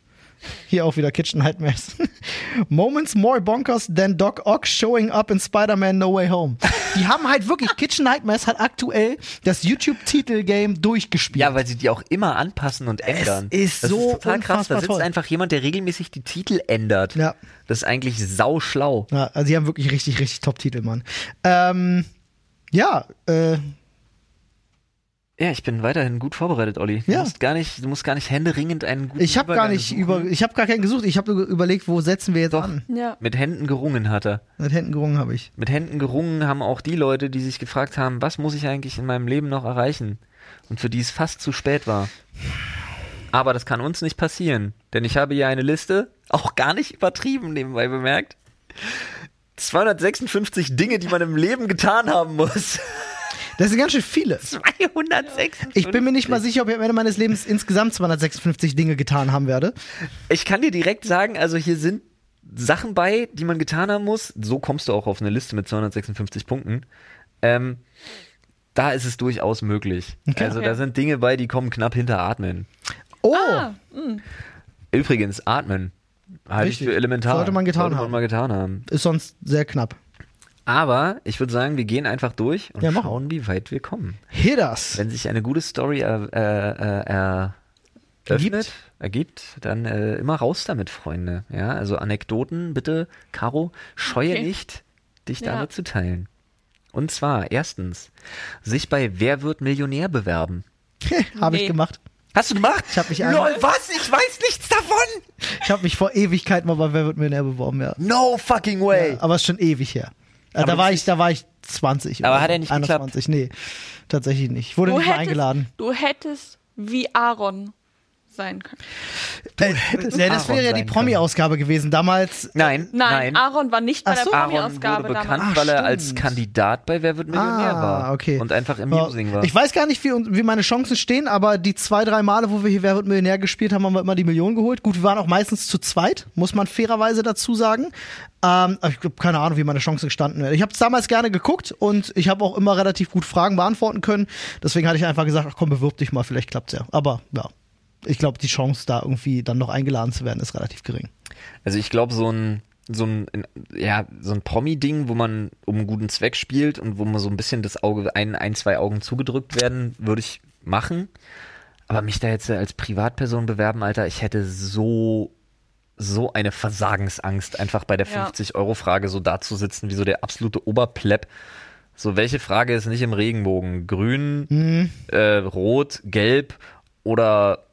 Hier auch wieder Kitchen Nightmares. Moments more bonkers than Doc Ock showing up in Spider-Man No Way Home. Die haben halt wirklich, Kitchen Nightmares hat aktuell das YouTube-Titel-Game durchgespielt. Ja, weil sie die auch immer anpassen und ändern. ist das so ist total krass. Da unfassbar sitzt toll. einfach jemand, der regelmäßig die Titel ändert. Ja. Das ist eigentlich sauschlau. Ja, also die haben wirklich richtig, richtig Top-Titel, Mann. Ähm, ja, äh, Ja, ich bin weiterhin gut vorbereitet, Olli. Du Ja. musst gar nicht, du musst gar nicht händeringend einen guten ich habe gar Übergang nicht suchen. über, ich habe gar keinen gesucht. Ich habe nur überlegt, wo setzen wir jetzt Doch. an. Ja. Mit Händen gerungen hat er. Mit Händen gerungen habe ich. Mit Händen gerungen haben auch die Leute, die sich gefragt haben, was muss ich eigentlich in meinem Leben noch erreichen? Und für die es fast zu spät war. Aber das kann uns nicht passieren, denn ich habe hier eine Liste, auch gar nicht übertrieben nebenbei bemerkt. 256 Dinge, die man im Leben getan haben muss. Das sind ganz schön viele. 206. Ich bin mir nicht mal sicher, ob ich am Ende meines Lebens insgesamt 256 Dinge getan haben werde. Ich kann dir direkt sagen, also hier sind Sachen bei, die man getan haben muss. So kommst du auch auf eine Liste mit 256 Punkten. Ähm, da ist es durchaus möglich. Also da Okay. sind Dinge bei, die kommen knapp hinter Atmen. Oh, Ah, Übrigens, Atmen halte ich Richtig. für elementar. Sollte man getan Sollte man haben. mal getan haben. ist sonst sehr knapp. Aber ich würde sagen, wir gehen einfach durch und Ja, mach. schauen, wie weit wir kommen. Hit us. Wenn sich eine gute Story er, äh, er, er, öffnet, ergibt, dann äh, immer raus damit, Freunde. Ja, also Anekdoten, bitte, Caro, scheue Okay. nicht, dich Ja. damit zu teilen. Und zwar, erstens, sich bei Wer wird Millionär bewerben. habe ich Nee. gemacht. Hast du gemacht? Ich hab mich Lol, einmal- was? Ich weiß nichts davon! Ich habe mich vor Ewigkeit mal bei Wer wird Millionär beworben, ja. No fucking way! ja aber ist schon ewig her. Äh, da das war ist ich, da war ich 20. Aber oder hat er nicht geklappt? 21. Nee, tatsächlich nicht. Ich wurde du, nicht mal hättest, eingeladen. du hättest wie Aaron sein können. Nee, das wäre ja die sein Promi-Ausgabe gewesen. Damals Nein, Nein, nein. Aaron war nicht bei Ach so. der Aaron wurde Promi-Ausgabe bekannt, damals. Ach, weil er stimmt. Ah, als Kandidat bei Wer wird Millionär war. okay. Und einfach im Ja, Musing war. Ich weiß gar nicht, wie, un- wie meine Chancen stehen, aber die zwei, drei Male, wo wir hier Wer wird Millionär gespielt haben, haben wir immer die Million geholt. Gut, wir waren auch meistens zu zweit, muss man fairerweise dazu sagen. Ähm, aber ich habe keine Ahnung, wie meine Chancen gestanden wären. Ich habe es damals gerne geguckt und ich habe auch immer relativ gut Fragen beantworten können. Deswegen hatte ich einfach gesagt, ach komm, bewirb dich mal, vielleicht klappt's ja. Aber ja, ich glaube, die Chance, da irgendwie dann noch eingeladen zu werden, ist relativ gering. Also ich glaube, so ein so ein, ja, so ein Promi-Ding, wo man um einen guten Zweck spielt und wo man so ein bisschen das Auge, ein, ein, zwei Augen zugedrückt werden, würde ich machen. Aber mich da jetzt als Privatperson bewerben, Alter, ich hätte so, so eine Versagensangst, einfach bei der Ja. 50-Euro-Frage so dazusitzen, wie so der absolute Oberplepp. So, welche Frage ist nicht im Regenbogen? Grün, Hm. äh, Rot, Gelb oder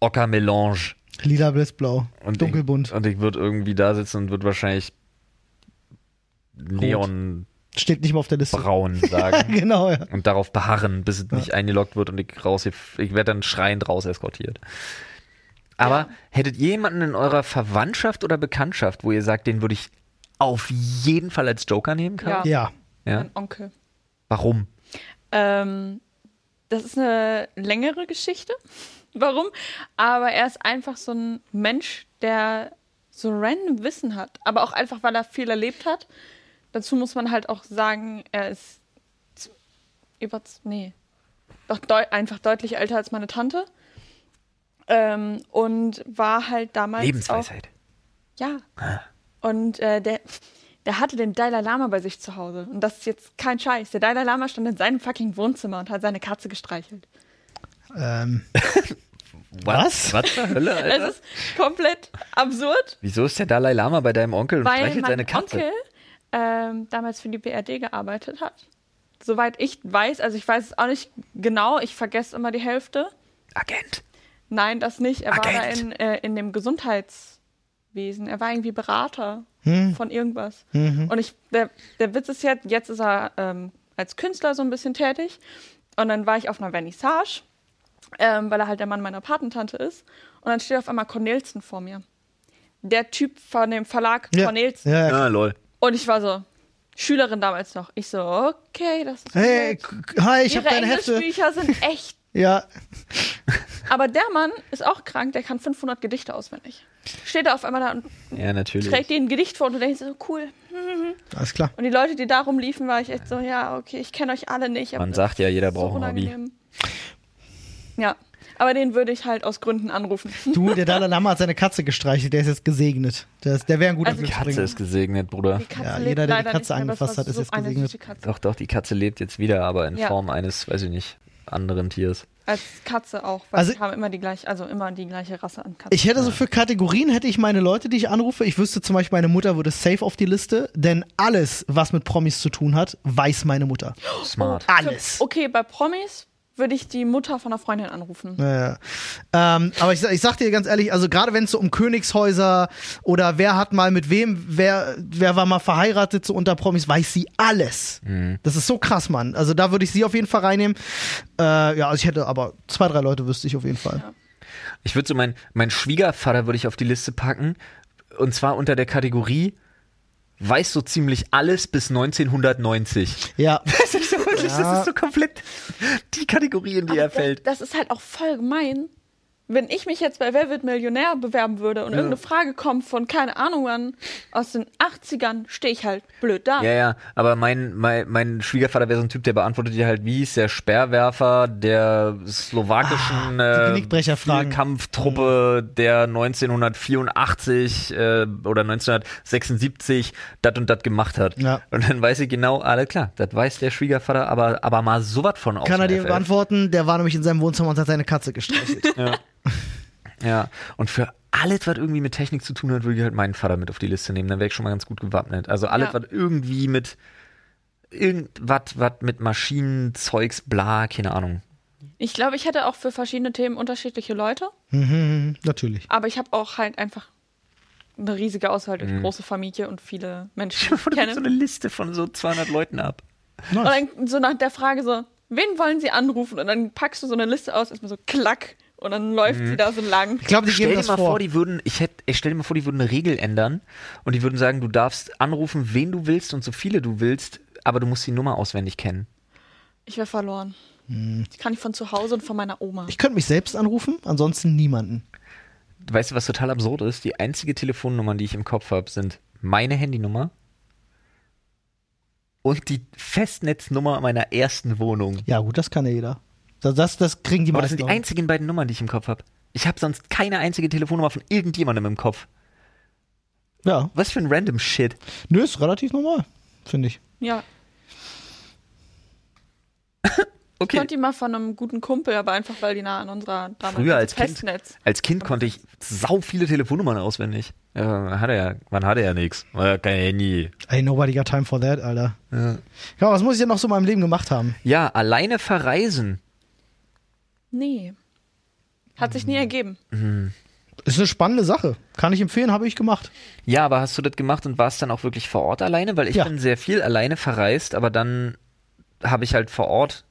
Ockermelange? Lila, blitzblau, Und dunkelbunt. Ich, und ich würde irgendwie da sitzen und würde wahrscheinlich neonbraun Steht nicht mal auf der Liste. sagen. genau, ja. und darauf beharren, bis es nicht eingeloggt wird und ich raus, ich werde dann schreiend raus eskortiert. Aber hättet ihr jemanden in eurer Verwandtschaft oder Bekanntschaft, wo ihr sagt, den würde ich auf jeden Fall als Joker nehmen können? Ja. Ja. Ja. Mein Onkel. Warum? Ähm, das ist eine längere Geschichte. Warum? Aber er ist einfach so ein Mensch, der so random Wissen hat. Aber auch einfach, weil er viel erlebt hat. Dazu muss man halt auch sagen, er ist z- über, z- nee, doch deu einfach deutlich älter als meine Tante. Ähm, und war halt damals auch Lebensweisheit. ja. Und äh, der, der hatte den Dalai Lama bei sich zu Hause. Und das ist jetzt kein Scheiß. Der Dalai Lama stand in seinem fucking Wohnzimmer und hat seine Katze gestreichelt. Ähm, Was? Was zur Hölle, Alter? Das ist komplett absurd, Wieso ist der Dalai Lama bei deinem Onkel und weil streichelt mein seine Katze? Onkel ähm, damals für die BRD gearbeitet hat. Soweit ich weiß, also ich weiß es auch nicht genau, ich vergesse immer die Hälfte. Agent. Nein, das nicht. Ah, Er war da Agent. in, äh, in dem Gesundheitswesen. Er war irgendwie Berater Hm. von irgendwas. Mhm. Und ich, der, der Witz ist ja, jetzt ist er ähm, als Künstler so ein bisschen tätig. Und dann war ich auf einer Vernissage, ähm, weil er halt der Mann meiner Patentante ist. Und dann steht auf einmal Cornelsen vor mir. Der Typ von dem Verlag ja. Cornelsen. Ja, ja. Ah, lol. Und ich war so, Schülerin damals noch. Ich so, okay, das ist. Hey, Cornelsen. k- hi, ich habe Ihre deine Hefte. Englischbücher sind echt Ja, Aber der Mann ist auch krank, der kann 500 Gedichte auswendig. Steht er auf einmal da und Ja, natürlich. trägt dir ein Gedicht vor und du denkst dir so, cool. alles klar. Und die Leute, die da rumliefen, war ich echt so, ja, okay, ich kenne euch alle nicht. aber Man das sagt ja, jeder ist so braucht ein Hobby. unangenehm. Ja, aber den würde ich halt aus Gründen anrufen. Du, der Dalai Lama hat seine Katze gestreichelt, der ist jetzt gesegnet. Der, ist- der wäre ein guter Also die Katze Glücksbringer. ist gesegnet, Bruder. Die Katze Ja, lebt jeder, der die leider Katze nicht mehr, angefasst das war hat, ist so jetzt eine gesegnet. süße Katze. Doch, doch, die Katze lebt jetzt wieder, aber in Ja. Form eines, weiß ich nicht, anderen Tiers. Als Katze auch, weil Also- die haben immer die gleiche, also immer die gleiche Rasse an Katzen. Ich hätte so für Kategorien hätte ich meine Leute, die ich anrufe. Ich wüsste zum Beispiel, meine Mutter würde safe auf die Liste, denn alles, was mit Promis zu tun hat, weiß meine Mutter. Smart. Alles. Okay, bei Promis würde ich die Mutter von einer Freundin anrufen. Ja, ja. Ähm, aber ich, sa- ich sag dir ganz ehrlich, also gerade wenn es so um Königshäuser oder wer hat mal mit wem, wer, wer war mal verheiratet, so unter Promis, weiß sie alles. Das ist so krass, Mann. Also da würde ich sie auf jeden Fall reinnehmen. Äh, ja, also ich hätte aber zwei, drei Leute wüsste ich auf jeden Fall. Ich würde so meinen mein Schwiegervater würde ich auf die Liste packen. Und zwar unter der Kategorie weiß so ziemlich alles bis 1990. Ja. Das ist so wirklich, das ist so komplett die Kategorie, in die er fällt. Das, das ist halt auch voll gemein. Wenn ich mich jetzt bei Wer wird Millionär bewerben würde und irgendeine Frage kommt von, keine Ahnung, an, aus den 80ern, stehe ich halt blöd da. Ja, ja, aber mein, mein, mein Schwiegervater wäre so ein Typ, der beantwortet dir halt, wie ist der Sperrwerfer der slowakischen Ah, die äh, Genickbrecherfragen. Kampftruppe der 1984 äh, oder 1976 das und das gemacht hat. Ja. Und dann weiß ich genau, alles klar, das weiß der Schwiegervater, aber, aber mal sowas von aus. Kann er dem dir FF. beantworten, der war nämlich in seinem Wohnzimmer und hat seine Katze gestreichelt. Ja, und für alles, was irgendwie mit Technik zu tun hat, würde ich halt meinen Vater mit auf die Liste nehmen. Dann wäre ich schon mal ganz gut gewappnet. Also alles, Ja. was irgendwie mit irgendwas, was mit Maschinen, Zeugs, bla, keine Ahnung. Ich glaube, ich hätte auch für verschiedene Themen unterschiedliche Leute, mhm, natürlich. aber ich habe auch halt einfach eine riesige Auswahl Mhm. durch große Familie und viele Menschen. die Du ich gibst so kenne. eine Liste von so 200 Leuten ab. Und dann so nach der Frage so, wen wollen sie anrufen? Und dann packst du so eine Liste aus, erstmal so klack und dann läuft Mhm. sie da so lang. Ich glaube, die Stell geben dir das mal vor, vor. die würden, ich hätte, ich stell dir mal vor, die würden eine Regel ändern und die würden sagen, du darfst anrufen, wen du willst und so viele du willst, aber du musst die Nummer auswendig kennen. Ich wäre verloren. Die kann ich von zu Hause und von meiner Oma. ich könnte mich selbst anrufen, ansonsten niemanden. Weißt du, was total absurd ist? Die einzige Telefonnummern, die ich im Kopf habe, sind meine Handynummer und die Festnetznummer meiner ersten Wohnung. Ja, gut, das kann ja jeder. Das, das, das kriegen die Aber das meisten. sind die auch. einzigen beiden Nummern, die ich im Kopf habe. Ich habe sonst keine einzige Telefonnummer von irgendjemandem im Kopf. ja. Was für ein random Shit. Nö, ist relativ normal, finde ich. Ja, ich Okay. konnte die mal von einem guten Kumpel, aber einfach weil die nah an unserer damals Früher als Kind, Festnetz. als Kind konnte ich sau viele Telefonnummern auswendig. Äh, hatte ja, man hatte ja nichts. War ja kein Handy. Ey, nobody got time for that, Alter. Ja. was muss ich denn noch so in meinem Leben gemacht haben? Ja, alleine verreisen. Nee. Hat sich nie ergeben. Ist eine spannende Sache. Kann ich empfehlen, habe ich gemacht. Ja, aber hast du das gemacht und warst dann auch wirklich vor Ort alleine? Weil ich Ja. bin sehr viel alleine verreist, aber dann habe ich halt vor Ort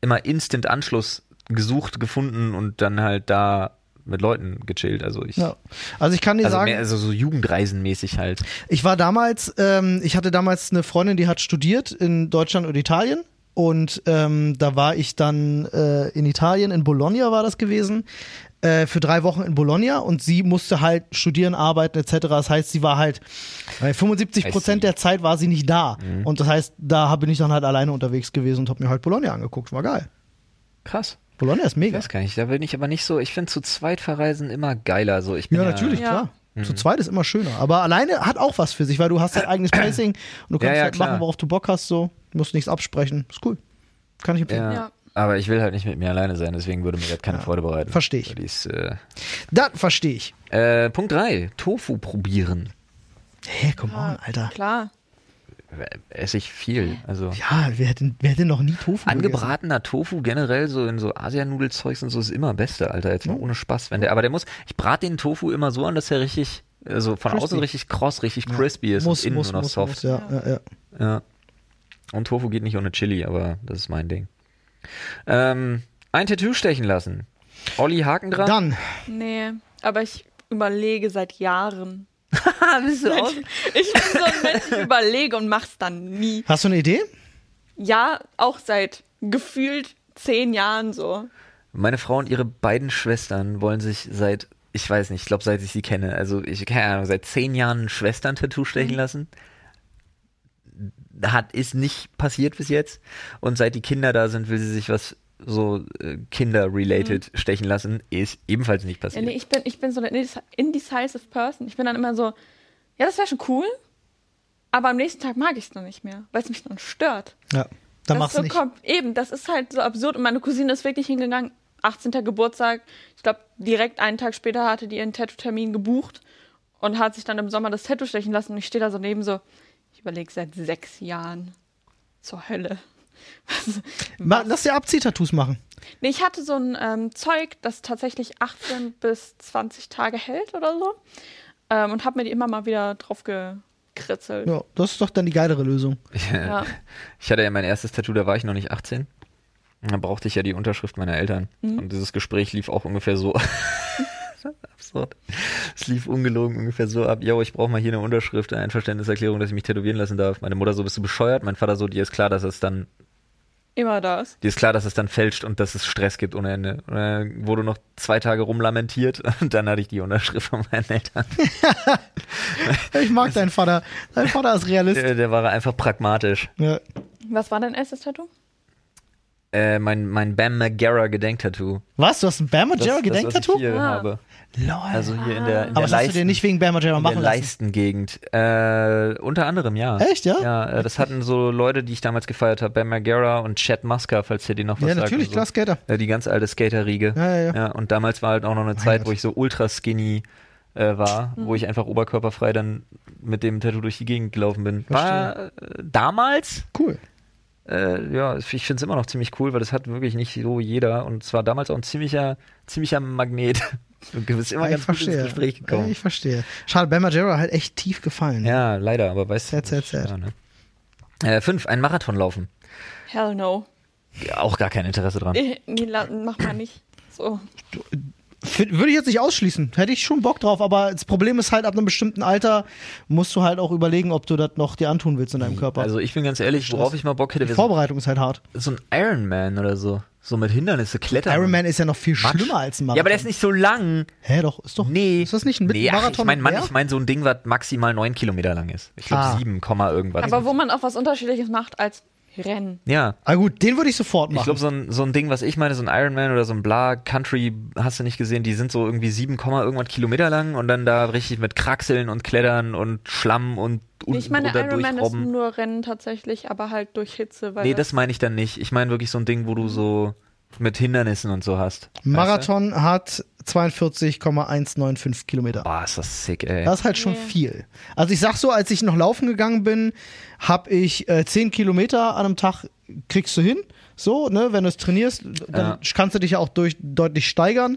immer instant Anschluss gesucht, gefunden und dann halt da mit Leuten gechillt. Also ich. Ja. Also ich kann dir Also, sagen, mehr, also so Jugendreisenmäßig halt. ich war damals, ähm, ich hatte damals eine Freundin, die hat studiert in Deutschland und Italien. Und ähm, da war ich dann äh, in Italien, in Bologna war das gewesen, äh, für drei Wochen in Bologna und sie musste halt studieren, arbeiten etc. Das heißt, sie war halt, bei 75 I see. Mhm. Prozent der Zeit war sie nicht da. Und das heißt, da bin ich dann halt alleine unterwegs gewesen und habe mir halt Bologna angeguckt. War geil. Krass. Bologna ist Ich mega. weiß gar nicht. Da bin ich aber nicht so. Ich finde zu zweit verreisen immer geiler. So, ich bin Ja, ja, natürlich, Ja. klar. Zu Mhm. zweit ist immer schöner. Aber alleine hat auch was für sich, weil du hast dein eigenes Pacing und du kannst ja, halt klar. machen, worauf du Bock hast, so. Du musst nichts absprechen. Ist cool. Kann ich empfehlen. Ja, Ja. Aber ich will halt nicht mit mir alleine sein, deswegen würde mir das keine Freude bereiten. versteh ich. Weil dies, äh, Dann verstehe ich. äh, Punkt 3. Tofu probieren. Hä, komm on, Alter. Klar. Äh, Esse ich viel. Also. Ja, wer hätte, wer hätte noch nie Tofu gegessen? Angebratener Tofu generell so in so Asianudelzeugs und so ist immer beste, Alter. Jetzt mal Hm? ohne Spaß, wenn der. Aber der muss. Ich brate den Tofu immer so an, dass er richtig, also von Crispy. außen richtig kross, richtig crispy ist Muss, und innen muss, nur noch muss, soft. muss, ja, ja, ja. Ja. Und Tofu geht nicht ohne Chili, aber das ist mein Ding. Ähm, ein Tattoo stechen lassen. Olli Haken dran. Dann, Nee. Aber ich überlege seit Jahren. bist du aus? Ich bin so ein Mensch, ich überlege und mach's dann nie. hast du eine Idee? Ja, auch seit gefühlt zehn Jahren so. Meine Frau und ihre beiden Schwestern wollen sich seit, ich weiß nicht, ich glaube, seit ich sie kenne, also ich, keine Ahnung, seit zehn Jahren ein Schwestern-Tattoo Mhm. stechen lassen. Hat, ist nicht passiert bis jetzt. Und seit die Kinder da sind, will sie sich was so äh, Kinder-related stechen lassen. Ist ebenfalls nicht Mhm. Ja, passiert. nee, ich bin, ich bin so eine indes- indecisive Person. Ich bin dann immer so, ja, das wäre schon cool. Aber am nächsten Tag mag ich es dann nicht mehr, weil es mich dann stört. Ja. Dann das mach's so nicht. kommt- Eben, das ist halt so absurd. Und meine Cousine ist wirklich hingegangen, 18. Geburtstag. Ich glaube, direkt einen Tag später hatte die ihren Tattoo-Termin gebucht und hat sich dann im Sommer das Tattoo stechen lassen. Und ich stehe da so neben so, ich überlege seit sechs Jahren. Zur Hölle. Was- Ma- Lass dir Abzieh-Tattoos machen. Nee, ich hatte so ein ähm, Zeug, das tatsächlich 18 bis 20 Tage hält oder so. Ähm, und habe mir die immer mal wieder drauf gekritzelt. Ja, das ist doch dann die geilere Lösung. Ja. Ich hatte ja mein erstes Tattoo, da war ich noch nicht 18. Und Da brauchte ich ja die Unterschrift meiner Eltern. Und dieses Gespräch lief auch ungefähr so. Absurd. Es lief ungelogen ungefähr so ab. Jo, ich brauche mal hier eine Unterschrift, eine Einverständniserklärung, dass ich mich tätowieren lassen darf. Meine Mutter so, bist du bescheuert? Mein Vater so, dir ist klar, dass es dann Immer das. Dir ist klar, dass es dann fälscht und dass es Stress gibt ohne Ende. Und dann wurde noch zwei Tage rumlamentiert und dann hatte ich die Unterschrift von meinen Eltern. Ich mag deinen Vater. Dein Vater ist Realist. Der, der war einfach pragmatisch. Ja. Was war dein erstes Tattoo? Äh, mein, mein Bam McGarra Gedenktattoo. Was? Du hast ein Bam Das- das, Margera was ich Gedenktattoo? Hier Ah. habe. Lol. Also hier in der, in Aber der das hast du dir Leisten- nicht wegen Bam Margera in machen der lassen. Leistengegend. Äh, unter anderem, ja. Echt, ja? Ja, äh, das hatten so Leute, die ich damals gefeiert habe. Ben Margera und Chad Muska, falls ihr die noch was Ja, sagt. natürlich, und so. klar, Skater. Ja, die ganz alte Skaterriege. Ja, ja, ja. und damals war halt auch noch eine Zeit, wo Gott. ich so ultra skinny äh, war, wo ich einfach oberkörperfrei dann mit dem Tattoo durch die Gegend gelaufen bin. War äh, damals, Cool. äh, ja, ich finde es immer noch ziemlich cool, weil das hat wirklich nicht so jeder und es war damals auch ein ziemlicher, ziemlicher Magnet. Du bist immer Ja, ich ganz gut ins verstehe. Gespräch Ja, gekommen. Ich verstehe. Schade, Bam Margera hat echt tief gefallen. Ja, leider, aber weißt Sad, sad, sad. Ja, ne? äh, fünf, ein Marathon laufen. Hell no. Ja, auch gar kein Interesse dran. Eh, Nee, la- mach mal nicht. Genau. So. F- Würde ich jetzt nicht ausschließen. Hätte ich schon Bock drauf, aber das Problem ist halt, ab einem bestimmten Alter musst du halt auch überlegen, ob du das noch dir antun willst in deinem Körper. Also ich bin ganz ehrlich, worauf ich mal Bock hätte, Die wäre so, Vorbereitung ist halt hart. so ein Ironman oder so. So mit Hindernisse klettern. Iron Man ist ja noch viel Matsch. schlimmer als ein Marathon. Ja, aber der ist nicht so lang. Hä, doch, ist doch. Nee. Ist das nicht ein Mit- nee, ach, Marathon ich mein, Mann, mehr? ich meine so ein Ding, was maximal neun Kilometer lang ist. Ich glaube Ah. sieben Komma irgendwas. Aber wo man auch was Unterschiedliches macht als Rennen. ja. Ah, gut, den würde ich sofort machen. Ich glaube, so ein, so ein Ding, was ich meine, so ein Ironman oder so ein Bla Country, hast du nicht gesehen, die sind so irgendwie 7, Komma irgendwann Kilometer lang und dann da richtig mit Kraxeln und Klettern und Schlamm und unten Ich meine, drunter Ironman ist durchrobben. nur Rennen tatsächlich, aber halt durch Hitze. Weil Nee, das meine ich dann nicht. Ich meine wirklich so ein Ding, wo du so mit Hindernissen und so hast. Weißt du? Marathon hat 42,195 Kilometer. Boah, ist das sick, ey. Das ist halt schon viel. Also ich sag so, als ich noch laufen gegangen bin, habe ich äh, 10 Kilometer an einem Tag kriegst du hin. So, ne, wenn du es trainierst, dann Ja. kannst du dich ja auch durch, deutlich steigern.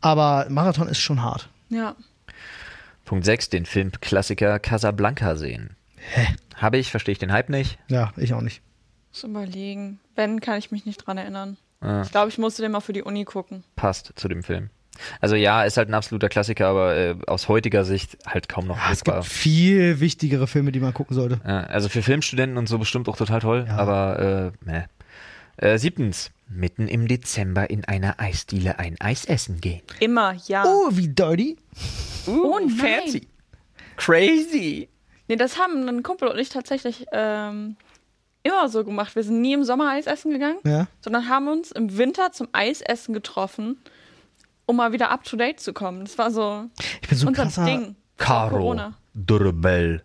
Aber Marathon ist schon hart. ja. Punkt 6, den Filmklassiker Casablanca sehen. Hä? Habe ich, verstehe ich den Hype nicht. Ja, ich auch nicht. Muss überlegen. Wenn, kann ich mich nicht dran erinnern. Ah. Ich glaube, ich musste den mal für die Uni gucken. Passt zu dem Film. Also ja, ist halt ein absoluter Klassiker, aber äh, aus heutiger Sicht halt kaum noch Es gibt lesbar. viel wichtigere Filme, die man gucken sollte. Ja, also für Filmstudenten und so bestimmt auch total toll, Ja. aber äh, meh. Äh, siebtens, mitten im Dezember in einer Eisdiele ein Eis essen gehen. Immer, ja. Oh, wie dirty. Oh nein. fancy. Crazy. Nee, das haben ein Kumpel und ich tatsächlich ähm, immer so gemacht. Wir sind nie im Sommer Eis essen gegangen, Hm. Ja. sondern haben uns im Winter zum Eisessen getroffen, um mal wieder up to date zu kommen. Das war so Ich bin so ein unser krasser, Ding. vor Caro. Corona. Durbel.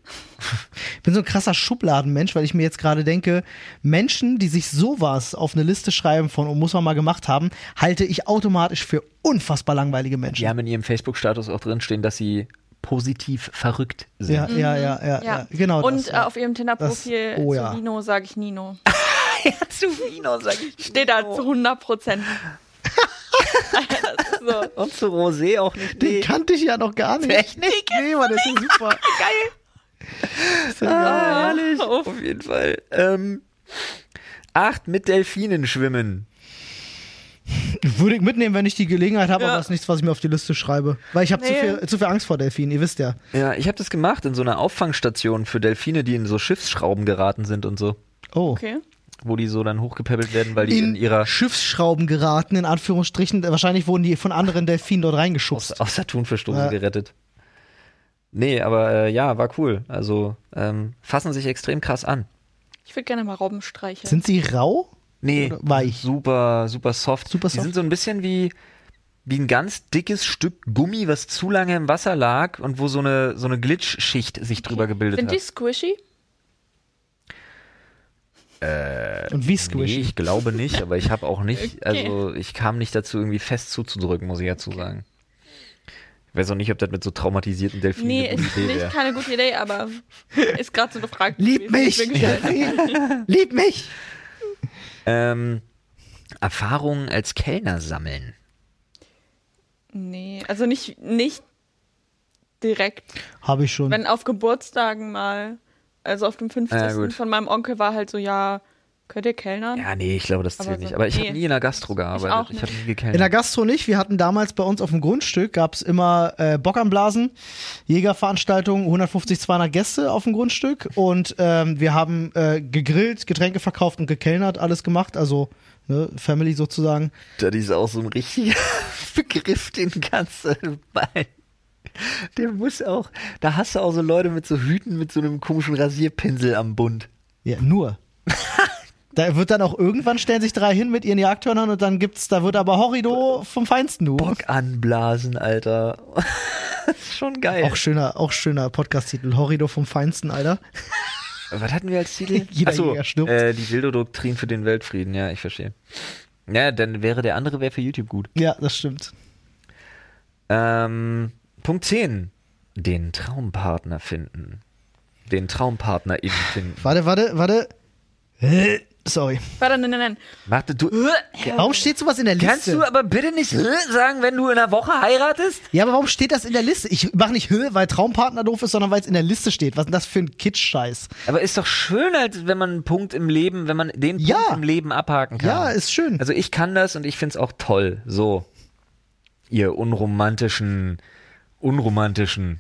Ich bin so ein krasser Schubladenmensch, weil ich mir jetzt gerade denke, Menschen, die sich sowas auf eine Liste schreiben von, oh, muss man mal gemacht haben, halte ich automatisch für unfassbar langweilige Menschen. Die haben in ihrem Facebook-Status auch drinstehen, dass sie positiv verrückt sind. Ja, ja, ja, ja, ja, genau. Mhm. Und das, äh, ja. auf ihrem Tinder-Profil Das- oh zu ja. Nino sage ich Nino. Ja, zu Vino, sag ich. Steht da zu 100 Prozent. das ist so. Und zu Rosé auch nicht. den kannte ich ja noch gar nicht. Echt nicht? Nee, Mann, das ist super. Ah, herrlich. Auf. Auf jeden Fall. Ähm, acht, mit Delfinen schwimmen. Würde ich mitnehmen, wenn ich die Gelegenheit habe, Ja. aber das ist nichts, was ich mir auf die Liste schreibe. Weil ich habe zu, Nee. viel, zu viel Angst vor Delfinen, ihr wisst ja. Ja, ich habe das gemacht in so einer Auffangstation für Delfine, die in so Schiffsschrauben geraten sind und so. Oh. Okay. Wo die so dann hochgepäppelt werden, weil die in, In ihrer Schiffsschrauben geraten, in Anführungsstrichen. Wahrscheinlich wurden die von anderen Delfinen dort reingeschubst. aus der Thunfischdose Ja. gerettet. Nee, aber äh, ja, war cool. Also ähm, fassen sich extrem krass an. Ich würde gerne mal Robben streicheln. Sind sie rau? Nee, Oder weich? super, super soft. Super Die soft. sind so ein bisschen wie, wie ein ganz dickes Stück Gummi, was zu lange im Wasser lag und wo so eine, so eine Glitschschicht sich drüber gebildet Sind die hat. squishy? Und wie Äh, Nee, squishy. ich glaube nicht, aber ich habe auch nicht, Okay. also ich kam nicht dazu, irgendwie fest zuzudrücken, muss ich dazu sagen. Ich weiß auch nicht, ob das mit so traumatisierten Delfinen Nee, eine gute ist Idee nicht wäre. keine gute Idee, aber ist gerade so eine Frage. Lieb mich! gewesen, halt. die ich mir gestellt habe. Lieb mich! Ähm, Erfahrungen als Kellner sammeln. Nee, also nicht, nicht direkt. Habe ich schon. Wenn auf Geburtstagen mal, also auf dem 50. Ja, gut. von meinem Onkel war halt so, ja, Könnt ihr kellnern? Ja, nee, ich glaube, das zählt Aber so- nicht. Aber ich nee. habe nie in der Gastro gearbeitet. auch Ich, nicht. habe nie In der gekellnert. Gastro nicht. Wir hatten damals bei uns auf dem Grundstück, gab's immer äh, Bock am Blasen, Jägerveranstaltungen, 150, 200 Gäste auf dem Grundstück. Und ähm, wir haben äh, gegrillt, Getränke verkauft und gekellnert, alles gemacht. Also ne, Family sozusagen. Das ist auch so ein richtiger Begriff, den kannst du bei. Der muss auch. Da hast du auch so Leute mit so Hüten mit so einem komischen Rasierpinsel am Bund. Ja, nur. da wird dann auch irgendwann stellen sich drei hin mit ihren Jagdhörnern und dann gibt's, da wird aber Horrido vom Feinsten, du. Bock anblasen, Alter. Das ist schon geil. Auch schöner, auch schöner Podcast-Titel. Horrido vom Feinsten, Alter. Äh, Was hatten wir als Titel? Jeder Achso, Jäger stirbt. äh, die Dildo-Doktrin für den Weltfrieden, ja, ich verstehe. Ja, dann wäre der andere wäre für YouTube gut. Ja, das stimmt. Ähm, Punkt 10. Den Traumpartner finden. Den Traumpartner eben finden. Warte, warte, warte. Äh, Sorry. Warte, nein, nein, Warte, du. Warum steht sowas in der Liste? Kannst du aber bitte nicht sagen, wenn du in einer Woche heiratest? Ja, aber warum steht das in der Liste? Ich mache nicht Höhe, weil Traumpartner doof ist, sondern weil es in der Liste steht. Was ist denn das für ein Kitsch-Scheiß? Aber ist doch schön, als wenn man einen Punkt im Leben, wenn man den Punkt Ja. im Leben abhaken kann. Ja, ist schön. Also ich kann das und ich find's auch toll. So. Ihr unromantischen, unromantischen.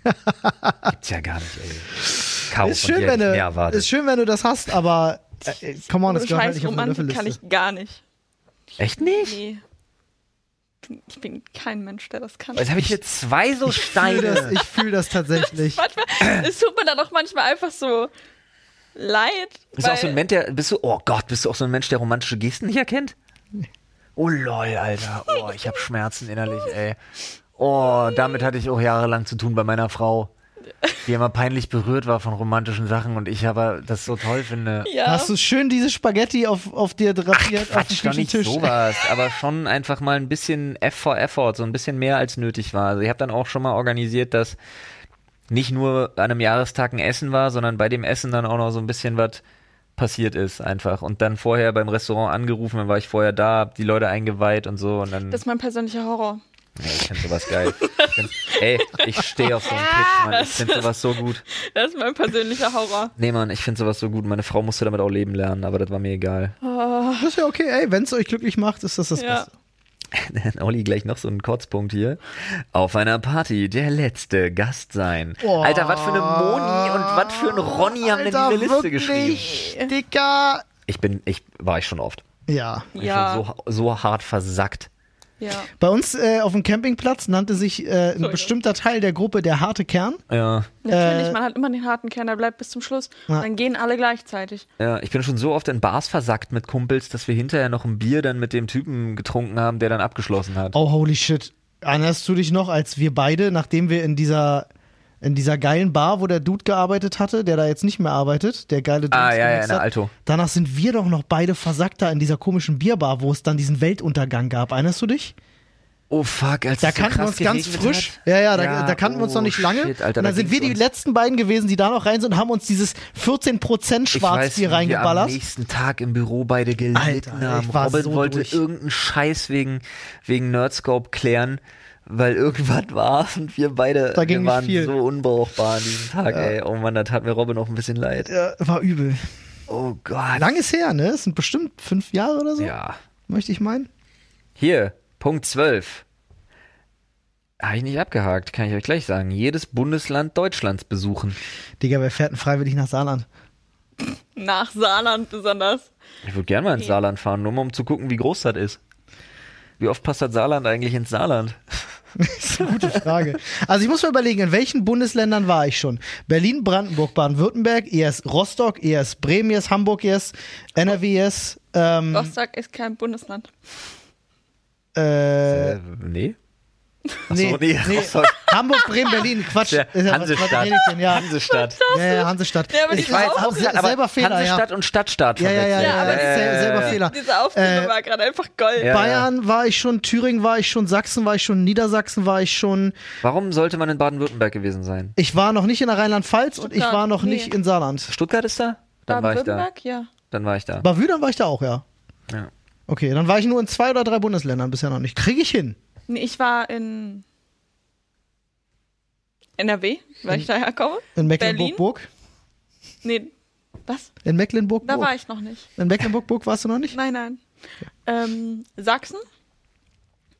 Gibt's ja gar nicht, ey. Chaos ist, schön, wenn mehr du, erwartet. ist schön, wenn du das hast, aber äh, äh, come on, nein. das So gehört halt nicht scheiß auf meine Romantik kann Löffelliste. ich gar nicht. Echt nicht? Nee. Ich bin- Ich bin kein Mensch, der das kann. Jetzt habe ich hier zwei so Ich fühle das, Steine. ich fühl das tatsächlich. Manchmal, es tut mir dann auch manchmal einfach so leid. Bist du auch weil- so ein Mensch, der, bist du, oh Gott, bist du auch so ein Mensch, der romantische Gesten nicht erkennt? Oh lol, Alter. Oh, ich habe Schmerzen innerlich, ey. Oh, damit hatte ich auch jahrelang zu tun bei meiner Frau, die immer peinlich berührt war von romantischen Sachen und ich aber das so toll finde. Ja. Hast du schön diese Spaghetti auf, auf dir drapiert, auf dem Quatsch, doch nicht Küchentisch? sowas, aber schon einfach mal ein bisschen F for Effort, so ein bisschen mehr als nötig war. Also ich habe dann auch schon mal organisiert, dass nicht nur an einem Jahrestag ein Essen war, sondern bei dem Essen dann auch noch so ein bisschen was passiert ist einfach. Und dann vorher beim Restaurant angerufen, dann war ich vorher da, hab die Leute eingeweiht und so und dann, das ist mein persönlicher Horror. ja, ich find sowas geil. Ich find, ey, ich stehe auf so einen Kitsch, Mann, ich find sowas so gut. Das ist mein persönlicher Horror. Nee, Mann, ich find sowas so gut. Meine Frau musste damit auch leben lernen, aber das war mir egal. Das ist ja okay, ey, wenn es euch glücklich macht, ist das das Ja. Beste. Dann Olli gleich noch so einen Kotzpunkt hier. Auf einer Party der letzte Gast sein. Oh. Alter, was für eine Moni und was für ein Ronny haben Alter, denn diese Liste geschrieben? wirklich, Dicker. Ich bin, ich war ich schon oft. Ja. Ich bin Ja. so, so hart versackt. ja. Bei uns äh, auf dem Campingplatz nannte sich äh, ein So, ja. bestimmter Teil der Gruppe der harte Kern. Ja, Natürlich, man hat immer den harten Kern, der bleibt bis zum Schluss. Äh. Ja. Und dann gehen alle gleichzeitig. ja, ich bin schon so oft in Bars versackt mit Kumpels, dass wir hinterher noch ein Bier dann mit dem Typen getrunken haben, der dann abgeschlossen hat. Oh, holy shit. Erinnerst du dich noch, als wir beide, nachdem wir in dieser, in dieser geilen Bar, wo der Dude gearbeitet hatte, der da jetzt nicht mehr arbeitet, der geile Dude. Ah, ja, ja, in der Alto. Danach sind wir doch noch beide versackt da in dieser komischen Bierbar, wo es dann diesen Weltuntergang gab. Erinnerst du dich? Oh fuck, als Da es so kannten wir krass uns ganz geregnet frisch. hat. Ja, ja, da, da kannten wir uns oh noch nicht lange. Shit, Alter, und da dann sind wir ging's die uns- letzten beiden gewesen, die da noch rein sind und haben uns dieses 14% Schwarzbier wie wir reingeballert. Am nächsten Tag im Büro beide gelitten Alter, ich haben. war Robin so wollte durch. irgendeinen Scheiß wegen, wegen Nerdscope klären, weil irgendwas war und wir beide Da ging wir waren nicht viel. so unbrauchbar an diesem Tag, ey. Oh Mann, da tat mir Robin auch ein bisschen leid. Ja, Äh, war übel. Oh Gott. Lang ist her, ne? Es sind bestimmt fünf Jahre oder so, Ja. möchte ich meinen. Hier, Punkt 12. Habe ich nicht abgehakt, kann ich euch gleich sagen. Jedes Bundesland Deutschlands besuchen. Digga, wer fährt denn freiwillig nach Saarland? Nach Saarland besonders. Ich würde gerne mal ins Saarland fahren, nur mal um zu gucken, wie groß das ist. Wie oft passt das Saarland eigentlich ins Saarland? Das ist eine gute Frage. Also ich muss mal überlegen, in welchen Bundesländern war ich schon? Berlin, Brandenburg, Baden-Württemberg, ES Rostock, ES Bremen, ES Hamburg, E ES NRW, ES E ähm, Rostock ist kein Bundesland. Oh. äh, Äh, nee. nee, Achso, nee, nee. Rostock. Hamburg, Bremen, Berlin, Quatsch. Der Ist ja- was- Hansestadt. was rede ich denn? Ja, Hansestadt. ja, ja, Hansestadt. Ja, aber die ich sind weiß, auch- auch se selber Fehler, ja. Hansestadt und Stadtstaat Ja, ja, ja, ja, verwechseln. aber Ja, das ist sel- ja, selber ja. Fehler. Diese Aufzählung Äh, war gerade einfach Gold. Ja. Bayern war ich schon, Thüringen war ich schon, Sachsen war ich schon, Niedersachsen war ich schon. Äh, Warum sollte man in Baden-Württemberg gewesen sein? Ich war noch nicht in der Rheinland-Pfalz und ich Stuttgart, war noch nee. nicht in Saarland. Stuttgart ist da? Dann war ich da. Baden-Württemberg, ja. Dann war ich da. Bei Wüdern war ich da auch, ja. Ja. Okay, dann war ich nur in zwei oder drei Bundesländern bisher noch nicht. Kriege ich hin. Nee, ich war in NRW, weil ich daherkomme. In Berlin? Mecklenburg-Burg. Nee, Was? In Mecklenburg-Burg? Da war ich noch nicht. In Mecklenburg-Burg warst du noch nicht? Nein, nein. Ähm, Sachsen?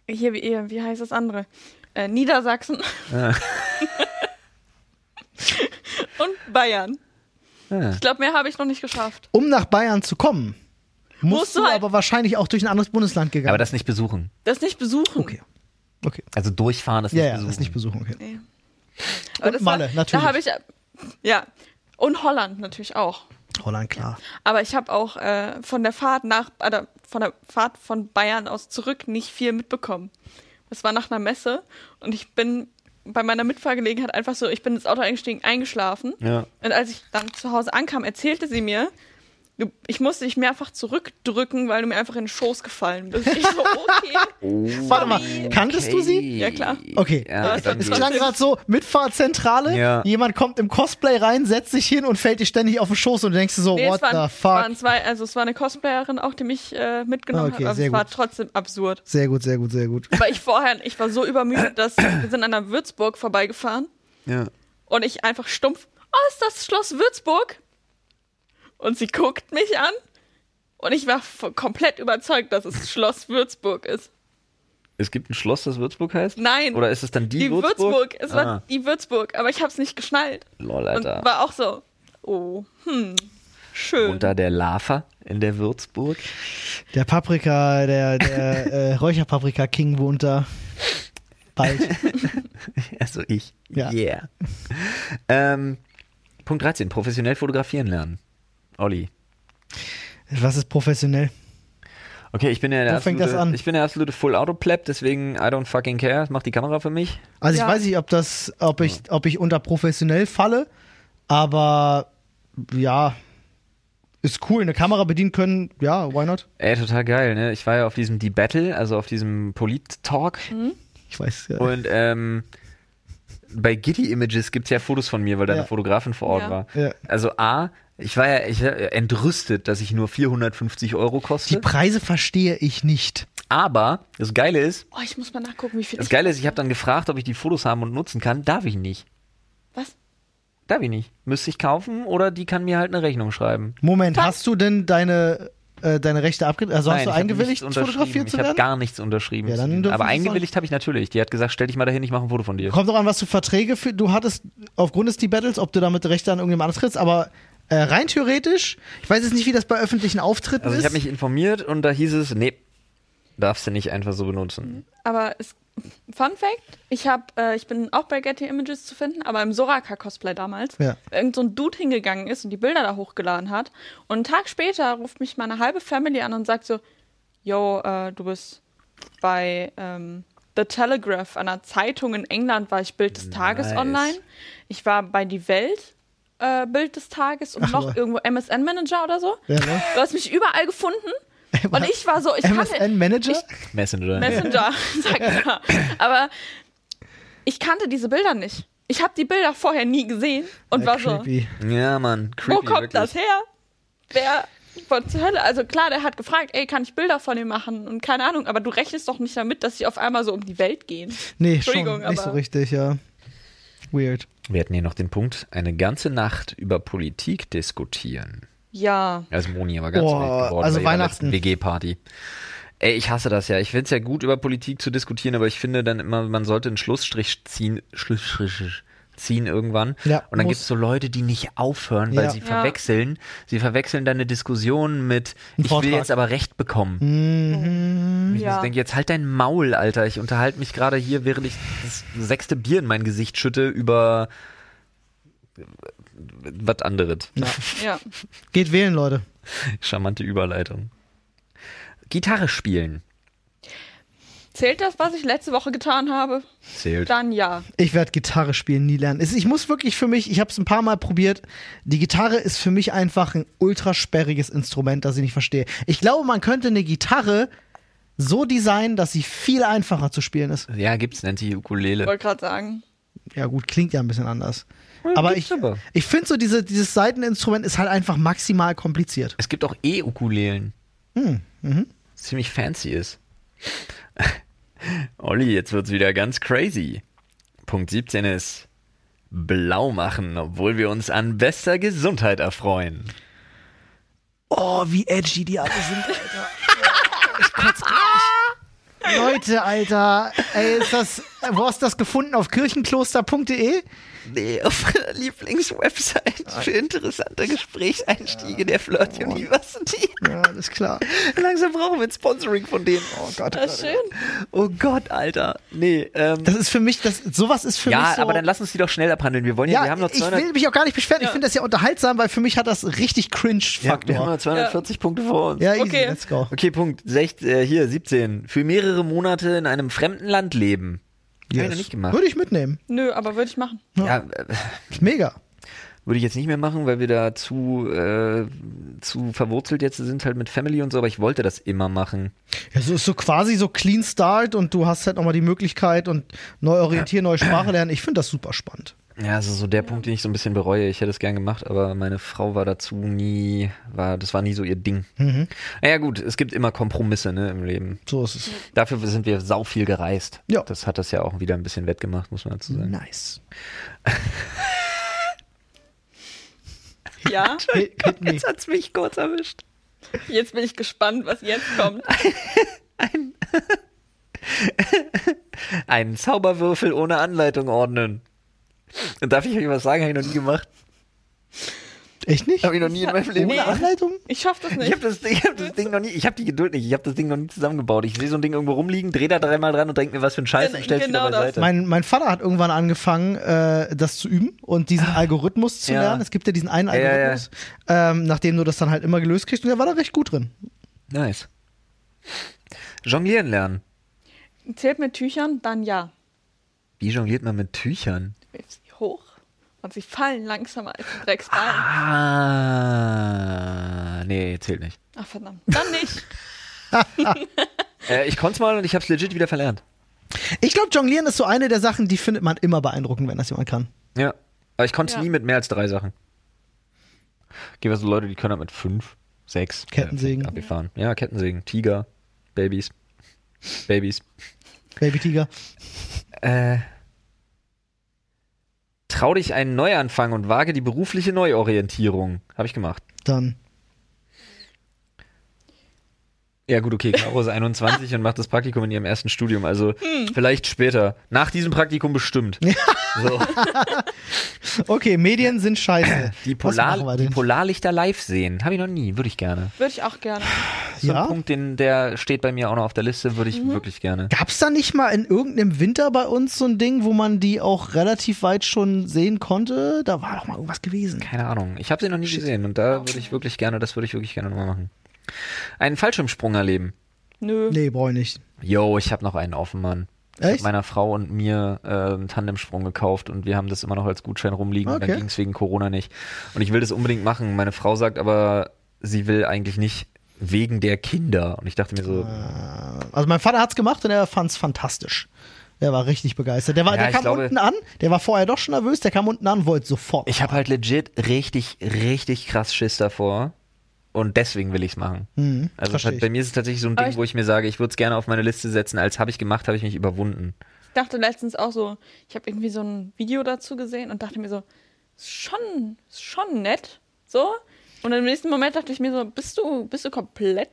Hier, wie, hier, wie heißt das andere? Äh, Niedersachsen. Ah. Und Bayern. Ja. Ich glaube, mehr habe ich noch nicht geschafft. Um nach Bayern zu kommen, musst, Musst du du halt- aber wahrscheinlich auch durch ein anderes Bundesland gegangen. Aber das nicht besuchen. Das nicht besuchen. okay. Okay. Also durchfahren, das Ja, nicht ja, besuchen. das nicht besuchen. Okay. Nee. Aber Und Malle, natürlich. Da habe ich, äh, ja. Und Holland natürlich auch. Holland, klar. Aber ich habe auch äh, von der Fahrt nach, oder von der Fahrt von Bayern aus zurück nicht viel mitbekommen. Das war nach einer Messe und ich bin bei meiner Mitfahrgelegenheit einfach so, ich bin ins Auto eingestiegen, eingeschlafen. Ja. Und als ich dann zu Hause ankam, erzählte sie mir, du, ich musste dich mehrfach zurückdrücken, weil du mir einfach in den Schoß gefallen bist. Ich so, okay. Oh. Warte mal, kanntest du sie? Ja, klar. Okay. Ja, dann es geht's. klang gerade so, Mitfahrzentrale, Ja. jemand kommt im Cosplay rein, setzt sich hin und fällt dir ständig auf den Schoß und du denkst dir so, Nee, what es waren, the fuck? waren zwei, also es war eine Cosplayerin auch, die mich äh, mitgenommen Okay, hat, aber sehr es war gut. trotzdem absurd. Sehr gut, sehr gut, sehr gut. Weil ich vorher, ich war so übermüdet, dass wir sind an der Würzburg vorbeigefahren Ja. und ich einfach stumpf, oh, ist das Schloss Würzburg? Und sie guckt mich an und ich war f- komplett überzeugt, dass es Schloss Würzburg ist. Es gibt ein Schloss, das Würzburg heißt? Nein. Oder ist es dann die, Die Würzburg, es war ah, die Würzburg, aber ich hab's nicht geschnallt. lol, Und Alter. war auch so, oh, hm, schön. Unter der Lava in der Würzburg. Der Paprika, der, der äh, Räucherpaprika-King wohnt da. Bald. Also ich. Ja. Yeah. ähm, Punkt 13. Professionell fotografieren lernen. Olli. Was ist professionell? Okay, ich bin ja der Wo fängt absolute, das an? ich bin der absolute Full Auto Pleb, deswegen I don't fucking care. Mach die Kamera für mich. Also Ja. ich weiß nicht, ob das, ob ich, ob ich unter professionell falle, aber ja, ist cool, eine Kamera bedienen können, ja, why not? Ey, total geil, ne? Ich war ja auf diesem Die Battle, also auf diesem Polit Talk Mhm. Ich weiß ja. und ähm bei Getty Images gibt's ja Fotos von mir, weil da Ja. eine Fotografin vor Ort Ja. war. Ja. Also A, ich war ja ich, war entrüstet, dass ich nur 450 Euro Die koste. Preise verstehe ich nicht. Aber das Geile ist, oh, ich muss mal nachgucken, wie viel Das ich... Geile ist, ich habe dann gefragt, ob ich die Fotos haben und nutzen kann. Darf ich nicht. Was? Darf ich nicht. Müsste ich kaufen oder die kann mir halt eine Rechnung schreiben. Moment, hast du denn deine, äh, deine Rechte abgegeben? Also hast Nein, du ich hab eingewilligt, nichts unterschrieben. fotografiert zu Ich habe werden? gar nichts unterschrieben. Ja, dann zu denen. dürfen Aber Sie es eingewilligt habe ich natürlich. Die hat gesagt, stell dich mal dahin, ich mache ein Foto von dir. Kommt doch an, was du Verträge für. Du hattest aufgrund des T-Battles, ob du damit Rechte an irgendjemand anderes trittst, aber äh, rein theoretisch, ich weiß jetzt nicht, wie das bei öffentlichen Auftritten Also ich ist. habe mich informiert und da hieß es, nee, darfst du nicht einfach so benutzen. Aber es, Fun Fact: Ich hab, äh, ich bin auch bei Getty Images zu finden, aber im Soraka Cosplay damals, Ja. irgend so ein Dude hingegangen ist und die Bilder da hochgeladen hat. Und einen Tag später ruft mich meine halbe Family an und sagt so: Yo, äh, du bist bei ähm, The Telegraph, einer Zeitung in England, war ich Bild des Tages Nice. online. Ich war bei Die Welt. Äh, Bild des Tages und Ach, noch lol. irgendwo MSN Manager oder so. Ja, ne? Du hast mich überall gefunden und ich war so, ich kannte, MSN Manager? Messenger. Messenger, sag ich mal. Aber ich kannte diese Bilder nicht. Ich habe die Bilder vorher nie gesehen und war so, creepy. Ja, Mann. Creepy, wo kommt wirklich. das her? Wer von zur Hölle? Also klar, der hat gefragt, ey, kann ich Bilder von ihm machen? Und keine Ahnung, aber du rechnest doch nicht damit, dass sie auf einmal so um die Welt gehen. Nee, schon Entschuldigung, nicht so aber- richtig, ja. Weird. Wir hatten hier noch den Punkt, eine ganze Nacht über Politik diskutieren. Ja. Also Moni aber ganz Boah, wild geworden. also bei ihrer Weihnachten. letzten WG-Party. Ey, ich hasse das ja. Ich find's ja gut, über Politik zu diskutieren, aber ich finde dann immer, man sollte einen Schlussstrich ziehen, Schlussstrich ziehen irgendwann. Ja, und dann muss. gibt's so Leute, die nicht aufhören, weil Ja. sie Ja. verwechseln. Sie verwechseln deine Diskussion mit, ich Vortrag. Mhm. will jetzt aber Recht bekommen. Ich ja. denke, jetzt halt dein Maul, Alter. Ich unterhalte mich gerade hier, während ich das sechste Bier in mein Gesicht schütte, über äh, was anderes. ja. Geht wählen, Leute. Charmante Überleitung. Gitarre spielen. Zählt das, was ich letzte Woche getan habe? Zählt. Dann ja. Ich werde Gitarre spielen nie lernen. Es- Ich muss wirklich für mich, ich habe es ein paar Mal probiert. Die Gitarre ist für mich einfach ein ultrasperriges Instrument, das ich nicht verstehe. Ich glaube, man könnte eine Gitarre so designen, dass sie viel einfacher zu spielen ist. Ja, gibt's, nennt sie Ukulele. Wollte gerade sagen. Ja, gut, klingt ja ein bisschen anders. Ja, Aber gibt's ich, aber. ich finde so, diese, dieses Seiteninstrument ist halt einfach maximal kompliziert. Es gibt auch E-Ukulelen. Hm, mhm. Was Ziemlich fancy ist. Olli, jetzt wird's wieder ganz crazy. Punkt 17 ist blau machen, obwohl wir uns an bester Gesundheit erfreuen. Oh, wie edgy die alle sind, Alter. Ich kotz gleich. Leute, Alter, ey, ist das, wo hast du das gefunden? Auf kirchenkloster.de? Nee, auf meiner Lieblingswebsite für interessante Gesprächseinstiege der Oh Flirt University. Ja, alles klar. Langsam brauchen wir ein Sponsoring von denen. Oh Gott. Das ist schön. Oh Gott, Alter. Nee, ähm, Das ist für mich, das, sowas ist für mich ja, so. aber dann lass uns die doch schnell abhandeln. Wir wollen ja, ja, wir haben noch ich 200, will mich auch gar nicht beschweren. Ich finde das ja unterhaltsam, weil für mich hat das richtig ja, wir haben Cringe-Faktor. noch 240 Punkte vor uns. Ja, easy, Okay. let's go. Okay, Punkt. Sech, äh, hier, 17. Für mehrere Monate in einem fremden Land leben. Hab ich noch nicht gemacht. Würde ich mitnehmen. Nö, aber würde ich machen. Ja, äh, Ist mega. würde ich jetzt nicht mehr machen, weil wir da zu, äh, zu verwurzelt jetzt sind, halt mit Family und so, aber ich wollte das immer machen. Ja, so ist so quasi so Clean Start und du hast halt nochmal die Möglichkeit und neu orientieren, neue Sprache lernen. Ich finde das super spannend. Ja, also so der Punkt, den ich so ein bisschen bereue. Ich hätte es gern gemacht, aber meine Frau war dazu nie, war, das war nie so ihr Ding. Mhm. Naja, gut, es gibt immer Kompromisse, ne, im Leben. So ist es. Dafür sind wir sau viel gereist. Ja. Das hat das ja auch wieder ein bisschen wettgemacht, muss man dazu Mhm. sagen. Nice. Ja, Hit, hit me. Jetzt hat's mich kurz erwischt. jetzt bin ich gespannt, was jetzt kommt. Einen Zauberwürfel ohne Anleitung ordnen. Und darf ich euch was sagen? Habe ich noch nie gemacht. Echt nicht? Habe ich noch nie in meinem Leben Nee. Ohne Anleitung? Ich schaffe das Ich nicht. habe das, ich hab das Ding noch nie, ich habe die Geduld nicht, ich habe das Ding noch nie zusammengebaut. Ich sehe so ein Ding irgendwo rumliegen, drehe da dreimal dran und denke mir, was für ein Scheiß Gen- und stell's genau wieder das. beiseite. Mein, mein Vater hat irgendwann angefangen, äh, das zu üben und diesen Algorithmus zu Ah. Ja. lernen. Es gibt ja diesen einen ja, ja. Algorithmus, Ähm, nachdem du das dann halt immer gelöst kriegst. Und er war da recht gut drin. Nice. Jonglieren lernen. Zählt mit Tüchern, dann ja. Wie jongliert man mit Tüchern? Wirf sie hoch und sie fallen langsamer als ein Drecksball. Ah, nee, zählt nicht. Ach verdammt, dann nicht. Äh, ich konnte es mal und ich habe es legit wieder verlernt. Ich glaube, Jonglieren ist so eine der Sachen, die findet man immer beeindruckend, wenn das jemand kann. Ja, aber ich konnte Ja. nie mit mehr als drei Sachen. Gibt es so Leute, die können halt mit fünf, sechs Kettensägen. Äh, abgefahren. Ja, Kettensägen, Tiger, Babys, Babys. Baby Tiger. Äh, trau dich einen Neuanfang und wage die berufliche Neuorientierung. Habe ich gemacht. Dann. Ja gut, okay, Caro ist 21 und macht das Praktikum in ihrem ersten Studium, also vielleicht später. Nach diesem Praktikum bestimmt. so, Okay, Medien sind scheiße. die, Was machen Polar, wir die denn? Polarlichter live sehen, habe ich noch nie, würde ich gerne. Würde ich auch gerne. So Ja? Mhm. ein Punkt, den, der steht bei mir auch noch auf der Liste, würde ich wirklich gerne. Gab's da nicht mal in irgendeinem Winter bei uns so ein Ding, wo man die auch relativ weit schon sehen konnte? Da war doch mal irgendwas gewesen. Keine Ahnung, ich habe sie noch nie gesehen und da würde ich wirklich gerne, das würde ich wirklich gerne nochmal machen. Einen Fallschirmsprung erleben. Nö. Nee, brauche ich nicht. Yo, ich habe noch einen offen, Mann. Ich hab Echt? meiner Frau und mir äh, einen Tandemsprung gekauft und wir haben das immer noch als Gutschein rumliegen und dann Okay. ging es wegen Corona nicht. Und ich will das unbedingt machen. Meine Frau sagt aber, sie will eigentlich nicht wegen der Kinder. Und ich dachte mir so, Ah, Also mein Vater hat's gemacht und er fand's fantastisch. Der war richtig begeistert. Der, war, Ja, der ich kam glaube- unten an, der war vorher doch schon nervös, der kam unten an und wollte sofort. ich habe halt legit richtig, richtig krass Schiss davor. Und deswegen will ich es machen. also es Mhm, versteh hat, ich. bei mir ist es tatsächlich so ein Aber Ding, ich- wo ich mir sage, ich würde es gerne auf meine Liste setzen. Als habe ich gemacht, habe ich mich überwunden. Ich dachte letztens auch so, ich habe irgendwie so ein Video dazu gesehen und dachte mir so, ist schon, ist schon nett. So. Und im nächsten Moment dachte ich mir so, bist du, bist du komplett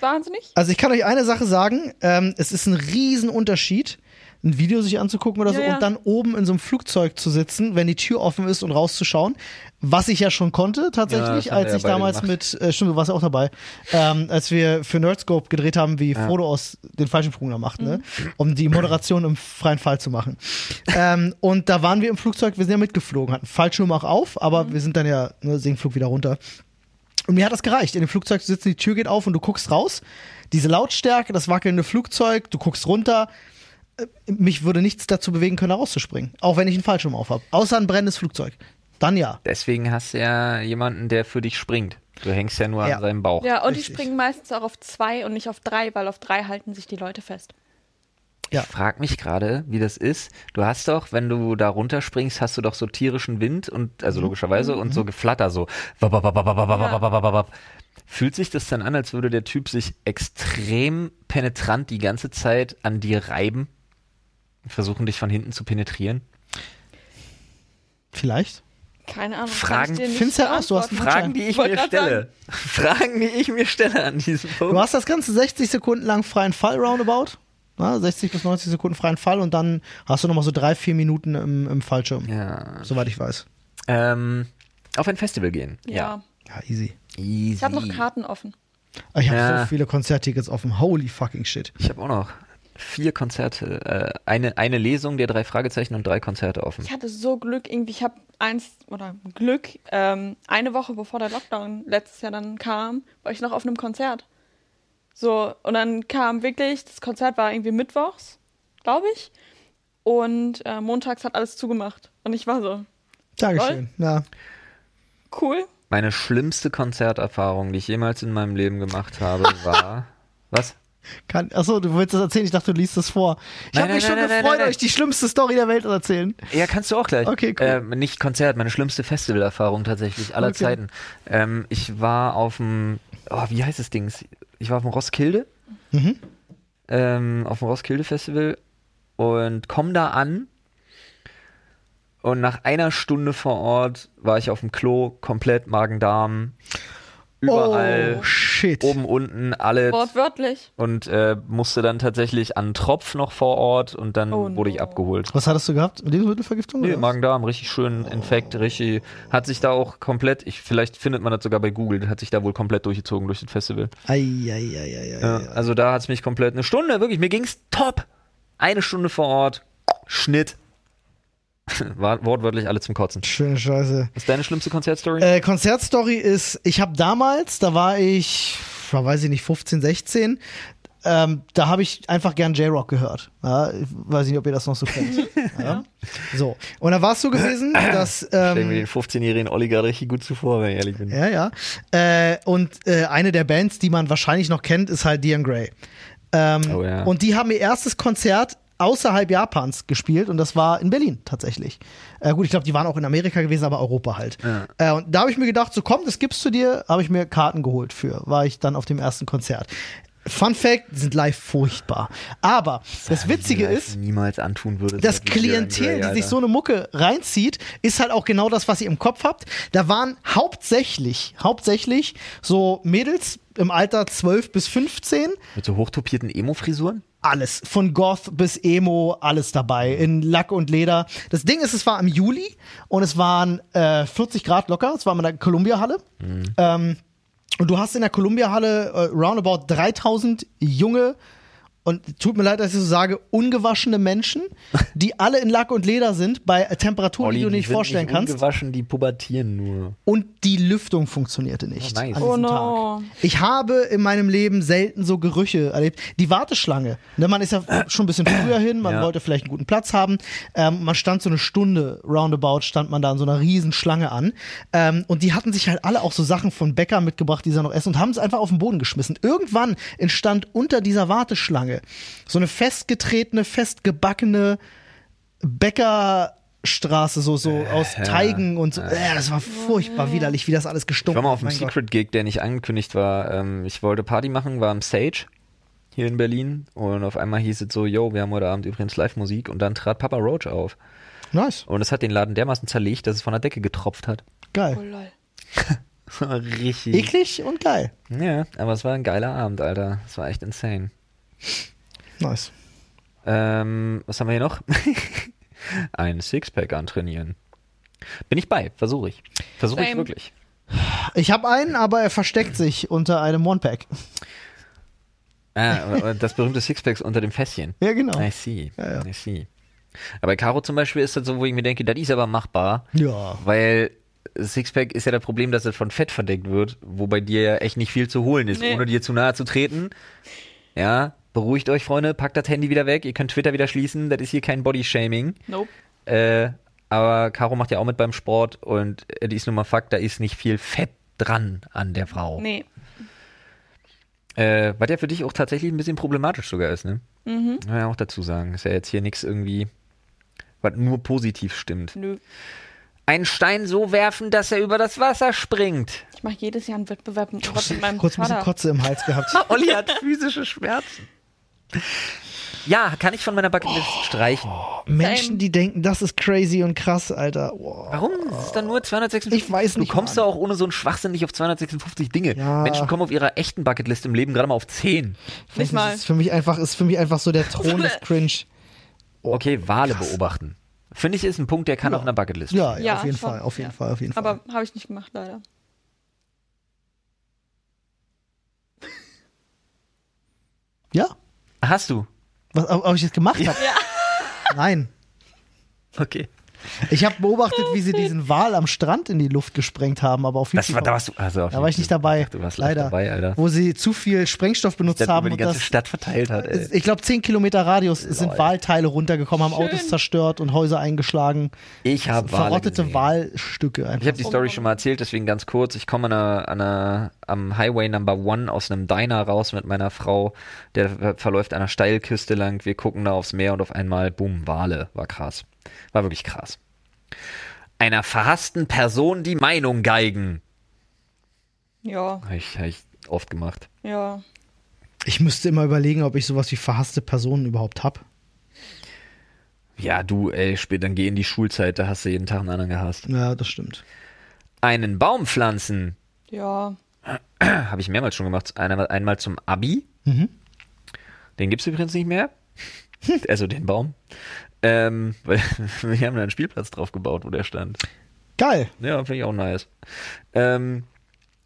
wahnsinnig? Also ich kann euch eine Sache sagen, ähm, es ist ein Riesenunterschied, ein Video sich anzugucken oder so Ja, ja. und dann oben in so einem Flugzeug zu sitzen, wenn die Tür offen ist und rauszuschauen, was ich ja schon konnte tatsächlich, Ja, das haben wir als ja ich beide damals gemacht. mit, äh, stimmt, du warst ja auch dabei, ähm, als wir für Nerdscope gedreht haben, wie Frodo aus den falschen Sprung da macht, ne? Mhm. um die Moderation im freien Fall zu machen. ähm, und da waren wir im Flugzeug, wir sind ja mitgeflogen, hatten Fallschirm auch auf, aber Mhm. wir sind dann ja ne, Sinkflug wieder runter. Und mir hat das gereicht. In dem Flugzeug zu sitzen, die Tür geht auf und du guckst raus. Diese Lautstärke, das wackelnde Flugzeug, du guckst runter. Äh, Mich würde nichts dazu bewegen können, da rauszuspringen. Auch wenn ich einen Fallschirm auf habe. Außer ein brennendes Flugzeug. Dann ja. Deswegen hast du ja jemanden, der für dich springt. Du hängst ja nur Ja. an seinem Bauch. Ja, und die richtig. springen meistens auch auf zwei und nicht auf drei, weil auf drei halten sich die Leute fest. Ja. Ich frag mich gerade, wie das ist. Du hast doch, wenn du da runterspringst, hast du doch so tierischen Wind und, Mhm. also logischerweise, und so Geflatter, so. Wap, wap, wap, wap, wap, wap, wap, wap, wap, wap. Fühlt sich das dann an, als würde der Typ sich extrem penetrant die ganze Zeit an dir reiben? Versuchen dich von hinten zu penetrieren? Vielleicht. Keine Ahnung. kann Fragen- ich dir nicht Find's heraus, du hast beantworten. Fragen, die ich Wollte mir grad stelle. Fragen, die ich mir stelle an diesem Du Punkt. hast das Ganze 60 Sekunden lang freien Fall roundabout. Na, 60 bis 90 Sekunden freien Fall und dann hast du nochmal so drei, vier Minuten im, im Fallschirm, Ja. soweit ich weiß. Ähm, auf ein Festival gehen. Ja. Ja, easy. Easy. Ich habe noch Karten offen. Ich habe Ja. so viele Konzerttickets offen. Holy fucking shit. Ich habe auch noch vier Konzerte. Äh, eine, eine Lesung der drei Fragezeichen und drei Konzerte offen. Ich hatte so Glück, irgendwie, ich habe eins, oder Glück, ähm, eine Woche bevor der Lockdown letztes Jahr dann kam, war ich noch auf einem Konzert. So, und dann kam wirklich, das Konzert war irgendwie mittwochs, glaube ich. Und äh, montags hat alles zugemacht. Und ich war so, Dankeschön. Ja. cool. Meine schlimmste Konzerterfahrung, die ich jemals in meinem Leben gemacht habe, war. Was? Kann, achso, du willst das erzählen? Ich dachte, du liest das vor. Ich Nein, habe mich nein, schon nein, nein, gefreut, nein, nein. euch die schlimmste Story der Welt zu erzählen. Ja, kannst du auch gleich. Okay, cool. Ähm, nicht Konzert, meine schlimmste Festivalerfahrung tatsächlich aller Okay. Zeiten. Ähm, ich war auf dem, oh, wie heißt das Ding? Ich war auf dem Roskilde. Mhm. Ähm, auf dem Roskilde Festival und komm da an. Und nach einer Stunde vor Ort war ich auf dem Klo, komplett Magen-Darm. Überall, Oh, shit. oben, unten, alle Wortwörtlich. und äh, musste dann tatsächlich an einen Tropf noch vor Ort und dann Oh wurde no. ich abgeholt. Was hattest du gehabt? Lebensmittelvergiftung? Nee, oder was? Oh. Magen-Darm, richtig schön Infekt, richtig. Hat sich da auch komplett, ich, vielleicht findet man das sogar bei Google, hat sich da wohl komplett durchgezogen durch das Festival. Ei, ei, ei, ei, ei, Ja, ei. Also da hat es mich komplett eine Stunde, wirklich, mir ging's top. Eine Stunde vor Ort, Schnitt. War wortwörtlich alle zum Kotzen. Schöne Scheiße. Ist deine schlimmste Konzertstory? Äh, Konzertstory ist, ich habe damals, da war ich, ja, weiß ich nicht, 15, 16, ähm, da habe ich einfach gern J-Rock gehört. Ja, ich weiß nicht, ob ihr das noch so kennt. ja. So. Und da war es so gewesen, dass. Ich stelle mir den Ähm, 15-jährigen Olli gerade richtig gut zuvor, wenn ich ehrlich bin. ja, ja. Äh, und äh, eine der Bands, die man wahrscheinlich noch kennt, ist halt Dion Gray. Ähm, Oh, ja. Und die haben ihr erstes Konzert außerhalb Japans gespielt und das war in Berlin tatsächlich. Äh, gut, ich glaube, die waren auch in Amerika gewesen, aber Europa halt. Äh, und da habe ich mir gedacht, so komm, das gibst du dir, habe ich mir Karten geholt für, war ich dann auf dem ersten Konzert. Fun Fact, die sind live furchtbar. Aber das Witzige Die ich ist, niemals antun würde. das Mit Björn Klientel, Grey, die sich Alter. so eine Mucke reinzieht, ist halt auch genau das, was ihr im Kopf habt. Da waren hauptsächlich, hauptsächlich so Mädels im Alter 12 bis 15, Mit so hochtopierten Emo-Frisuren? alles. Von Goth bis Emo, alles dabei. In Lack und Leder. Das Ding ist, es war im Juli und es waren äh, 40 Grad locker. Es war in der Columbia-Halle. Ähm, und du hast in der Columbia-Halle äh, roundabout 3000 junge und tut mir leid, dass ich so sage, ungewaschene Menschen, die alle in Lack und Leder sind, bei Temperaturen, die du dir nicht sind vorstellen nicht kannst. Ungewaschen, die pubertieren nur. Und die Lüftung funktionierte nicht. Oh, nice. an diesem Oh, no. Tag. Ich habe in meinem Leben selten so Gerüche erlebt. Die Warteschlange, ne, man ist ja schon ein bisschen früher hin, man Ja. wollte vielleicht einen guten Platz haben. Ähm, man stand so eine Stunde roundabout, stand man da in so einer riesen Schlange an. Ähm, und die hatten sich halt alle auch so Sachen von Bäcker mitgebracht, die sie noch essen und haben es einfach auf den Boden geschmissen. Irgendwann entstand unter dieser Warteschlange so eine festgetretene, festgebackene Bäckerstraße, so, so Äh, aus Teigen und so. Äh, das war furchtbar widerlich, wie das Ich alles war gestunken mal auf einem Mein Gott. Secret-Gig, der nicht angekündigt war. Ähm, ich wollte Party machen, war im Sage hier in Berlin und auf einmal hieß es so, yo, wir haben heute Abend übrigens Live-Musik und dann trat Papa Roach auf. Nice, Und es hat den Laden dermaßen zerlegt, dass es von der Decke getropft hat. Oh, geil. lol. Richtig. Eklig und geil. Ja, aber es war ein geiler Abend, Alter. Es war echt insane. Nice. Ähm, was haben wir hier noch? ein Sixpack antrainieren. Bin ich bei, versuche ich. Versuche ich Same. wirklich. Ich habe einen, aber er versteckt sich unter einem One-Pack. Ah, das berühmte Sixpacks unter dem Fässchen. Ja, genau. I see. Ja, ja. I see. Aber bei Caro zum Beispiel ist das so, wo ich mir denke, das ist aber machbar, Ja. weil Sixpack ist ja das Problem, dass es von Fett verdeckt wird, wo bei dir ja echt nicht viel zu holen ist, Nee. ohne dir zu nahe zu treten. Ja, beruhigt euch, Freunde, packt das Handy wieder weg, ihr könnt Twitter wieder schließen, das ist hier kein Bodyshaming. Nope. Äh, aber Caro macht ja auch mit beim Sport und äh, die ist nun mal Fakt, da ist nicht viel Fett dran an der Frau. Nee. Äh, was ja für dich auch tatsächlich ein bisschen problematisch sogar ist, ne? Mhm. Kann man ja auch dazu sagen. Ist ja jetzt hier nichts irgendwie, was nur positiv stimmt. Nö. Einen Stein so werfen, dass er über das Wasser springt. Ich mache jedes Jahr einen Wettbewerb mit Robert in meinem Kurz ein bisschen Vater. Kotze im Hals gehabt. Olli hat physische Schmerzen. Ja, kann ich von meiner Bucketlist Oh. streichen. Menschen, die denken, das ist crazy und krass, Alter. Wow. Warum? Es ist dann nur 256. Ich weiß nicht, Du kommst Mann. da auch ohne so einen Schwachsinn nicht auf 256 Dinge. Ja. Menschen kommen auf ihrer echten Bucketlist im Leben gerade mal auf 10. Ich weiß Nicht mal. Ist für mich einfach, ist für mich einfach so der Thron des Cringe. Okay, Wale Oh, krass. beobachten. Finde ich, ist ein Punkt, der kann auf einer Bucketlist. Ja, ja, Ja, auf jeden schon. Fall, auf jeden Ja. Fall, auf jeden Fall. Aber habe ich nicht gemacht, leider. ja? Hast du? Was, ob, ob ich das gemacht habe? Ja. Nein. Okay. Ich habe beobachtet, wie sie diesen Wal am Strand in die Luft gesprengt haben, aber auf Das war, da Fiji- warst du. Also auf da war ich jeden nicht Fall. dabei. Du warst leider leider dabei, Alter. Wo sie zu viel Sprengstoff benutzt Der haben über die und ganze äh, das. Stadt verteilt hat, ey. Ich glaube, 10 Kilometer Radius sind Lol. Walteile runtergekommen, haben Autos zerstört und Häuser eingeschlagen. Ich habe Wale Verrottete gesehen. Walstücke einfach. Ich habe die Story schon mal erzählt, deswegen ganz kurz. Ich komme an einer, an einer, am Highway Number One aus einem Diner raus mit meiner Frau. Der ver- verläuft an einer Steilküste lang. Wir gucken da aufs Meer und auf einmal, boom, Wale. War krass. War wirklich krass. Einer verhassten Person die Meinung geigen. Ja, Habe ich, hab ich oft gemacht. ja. Ich müsste immer überlegen, ob ich sowas wie verhasste Personen überhaupt habe. Ja, du, ey, spät, dann geh in die Schulzeit, da hast du jeden Tag einen anderen gehasst. Ja, das stimmt. Einen Baum pflanzen. Ja. habe ich mehrmals schon gemacht. Einmal, einmal zum Abi. Den gibt es übrigens nicht mehr. also den Baum. Ähm, weil wir haben da einen Spielplatz drauf gebaut, wo der stand. Geil. Ja, finde ich auch nice. Ähm,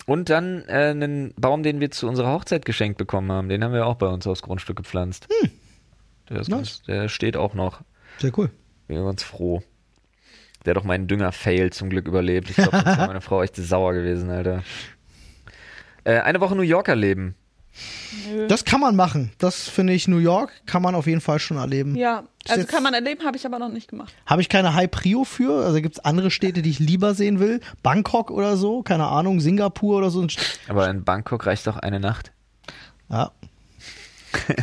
und dann äh, einen Baum, den wir zu unserer Hochzeit geschenkt bekommen haben. Den haben wir auch bei uns aufs Grundstück gepflanzt. Der, ist ganz, der steht auch noch. Sehr cool. Bin ich ganz froh. Der hat doch meinen Dünger-Fail zum Glück überlebt. Ich glaube, sonst wäre meine Frau echt sauer gewesen, Alter. Äh, eine Woche New Yorker leben. Nö. Das kann man machen. Das finde ich, New York kann man auf jeden Fall schon erleben. Ja. Ist Also jetzt- kann man erleben, habe ich aber noch nicht gemacht. Habe ich keine High Prio für. Also gibt es andere Städte, die ich lieber sehen will. Bangkok oder so, keine Ahnung, Singapur oder so. Aber in Bangkok reicht doch eine Nacht. Ja.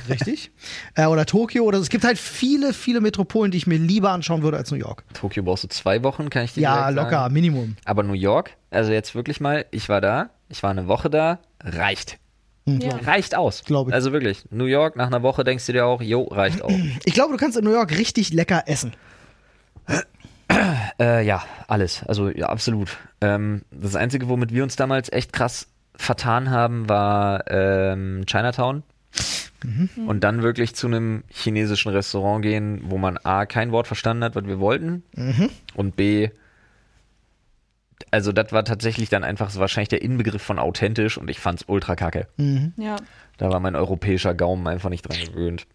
Richtig. Äh, oder Tokio oder so. Es gibt halt viele, viele Metropolen, die ich mir lieber anschauen würde als New York. Tokio brauchst du zwei Wochen, kann ich dir Ja, direkt locker, Sagen. Minimum. Aber New York, also jetzt wirklich mal, ich war da, ich war eine Woche da, reicht. Ja. Reicht aus. Glaub ich. Also wirklich, New York, nach einer Woche denkst du dir auch, jo, reicht auch. Ich glaube, du kannst in New York richtig lecker essen. äh, ja, alles. Also ja, absolut. Ähm, das Einzige, womit wir uns damals echt krass vertan haben, war ähm, Chinatown. Und dann wirklich zu einem chinesischen Restaurant gehen, wo man A, kein Wort verstanden hat, was wir wollten. Und B, also das war tatsächlich dann einfach so wahrscheinlich der Inbegriff von authentisch und ich fand's ultra kacke. Ja. Da war mein europäischer Gaumen einfach nicht dran gewöhnt.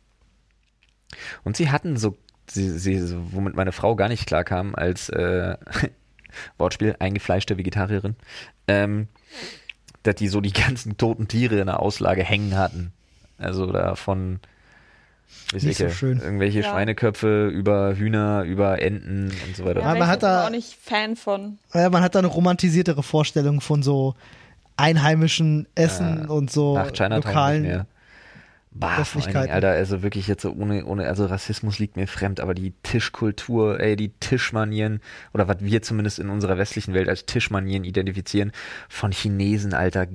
Und sie hatten so, sie, sie, so womit meine Frau gar nicht klarkam, als äh, Wortspiel, eingefleischte Vegetarierin, ähm, dass die so die ganzen toten Tiere in der Auslage hängen hatten. Also da von weiß Nicht so schön. irgendwelche Ja. Schweineköpfe über Hühner, über Enten und so weiter. ja man man hat hat da- auch nicht Fan von. Äh, man hat da eine romantisiertere Vorstellung von so einheimischen Essen und so nach Chinatown lokalen. nicht mehr. Bah, vor allen Dingen, Köstlichkeiten. Alter, also wirklich jetzt so ohne, ohne, also Rassismus liegt mir fremd, aber die Tischkultur, ey, die Tischmanieren, oder was wir zumindest in unserer westlichen Welt als Tischmanieren identifizieren, von Chinesen, Alter,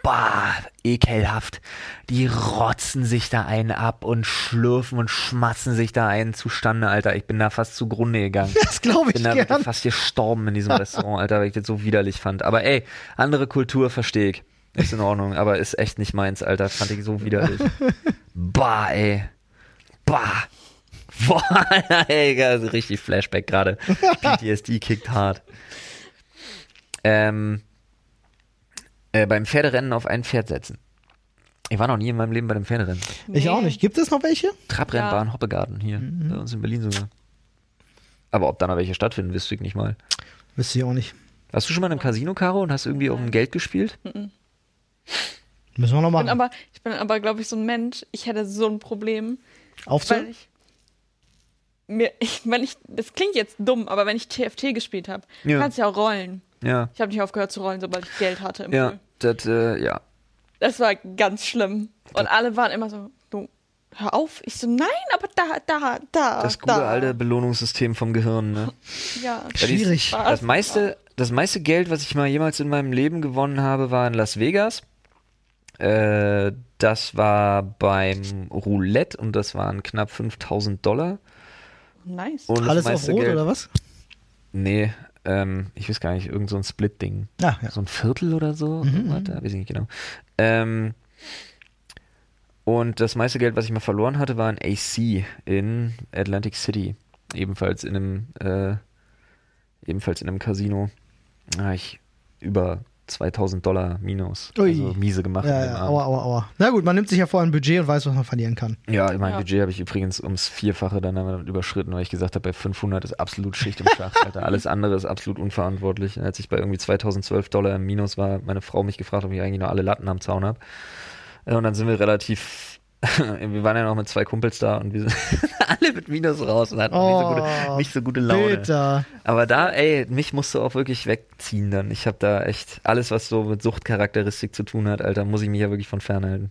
bah, ekelhaft. Die rotzen sich da einen ab und schlürfen und schmatzen sich da einen zustande, Alter. Ich bin da fast zugrunde gegangen. Das glaube ich bin da wirklich gern. fast gestorben in diesem Restaurant, Alter, weil ich das so widerlich fand. Aber ey, andere Kultur verstehe ich. Ist in Ordnung, aber ist echt nicht meins, Alter. Fand ich so widerlich. Bah, ey. Bah. Boah, ey, also richtig Flashback gerade. PTSD kickt hart. Ähm, äh, beim Pferderennen auf ein Pferd setzen. Ich war noch nie in meinem Leben bei einem Pferderennen. Ich auch Nee. nicht. Gibt es noch welche? Trabrennbahn Hoppegarten hier, bei uns in Berlin sogar. Aber ob da noch welche stattfinden, wüsste ich nicht mal. Wüsste ich auch nicht. Warst du schon mal in einem Casino, Caro, und hast irgendwie um Geld gespielt? Hm. Müssen wir noch Ah. Ich bin machen. aber, ich bin aber, glaube ich, so ein Mensch. Ich hätte so ein Problem, Aufzählen? weil ich mir, ich, wenn ich, das klingt jetzt dumm, aber wenn ich TFT gespielt habe, Ja. kannst du ja auch rollen. Ja. Ich habe nicht aufgehört zu rollen, sobald ich Geld hatte. Im Ja, Mhm. Pool. das, äh, ja. Das war ganz schlimm. Und alle waren immer so, du, hör auf. Ich so, nein, aber da, da, da. Das gute da. alte Belohnungssystem vom Gehirn, ne? Ja. Ja, die- Schwierig. Das meiste, das meiste Geld, was ich mal jemals in meinem Leben gewonnen habe, war in Las Vegas. Äh, das war beim Roulette und das waren knapp 5000 Dollar. Oh, Nice. Und das Alles auf meiste Rot Geld- oder was? Nee, ähm, ich weiß gar nicht, irgend so ein Split-Ding. Ah, ja. Mhm, So ein Viertel oder so. Warte, weiß ich nicht genau. Ähm, und das meiste Geld, was ich mal verloren hatte, war ein AC in Atlantic City. Ebenfalls in einem, äh, ebenfalls in einem Casino. Da hab ich über 2000 Dollar minus. Ui. Also miese gemacht. an Ja, dem ja, Abend. aua, aua, aua. Na gut, man nimmt sich ja vorher ein Budget und weiß, was man verlieren kann. Ja, mein Ja. Budget habe ich übrigens ums Vierfache dann damit überschritten, weil ich gesagt habe, bei 500 ist absolut Schicht im Schacht, Alter. Alles andere ist absolut unverantwortlich. Und als ich bei irgendwie 2012 Dollar im Minus war, meine Frau mich gefragt, ob ich eigentlich noch alle Latten am Zaun habe. Äh, Und dann sind wir relativ, wir waren ja noch mit zwei Kumpels da und wir sind alle mit Minus raus und hatten nicht, so Oh, gute, nicht so gute Laune. Bitter. Aber da, ey, mich musst du auch wirklich wegziehen dann. Ich habe da echt alles, was so mit Suchtcharakteristik zu tun hat, Alter, muss ich mich ja wirklich von fernhalten.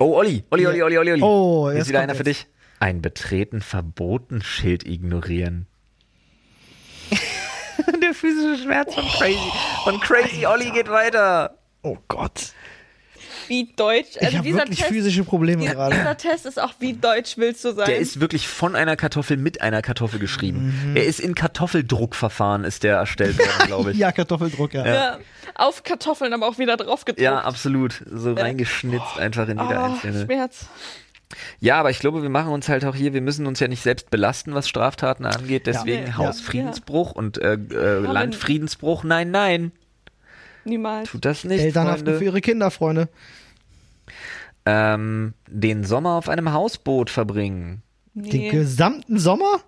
oh, Olli, Olli, Olli, Olli, Olli, Olli. Oh, Hier jetzt ist wieder kommt einer für dich. Ein betreten verboten Schild ignorieren. Der physische Schmerz von Crazy. Von Crazy Olli geht weiter. Oh Gott. Wie deutsch. Ich Also habe dieser wirklich Test, physische Probleme dieser, gerade. dieser Test ist auch, wie deutsch willst du sein? Der ist wirklich von einer Kartoffel mit einer Kartoffel geschrieben. Er ist in Kartoffeldruckverfahren ist der erstellt worden, glaube ich. Ja, Kartoffeldruck, ja. ja. Auf Kartoffeln, aber auch wieder drauf gedruckt. Ja, absolut. So reingeschnitzt einfach in jeder Oh, einzelne. Schmerz. Ja, aber ich glaube, wir machen uns halt auch hier, wir müssen uns ja nicht selbst belasten, was Straftaten angeht. Deswegen Nee, ja. Hausfriedensbruch und äh, äh, Landfriedensbruch. Nein, nein, Niemals. tut das nicht, Eltern haften für Freunde. ihre Kinder, Freunde. Ähm, den Sommer auf einem Hausboot verbringen. Den Nee, gesamten Sommer?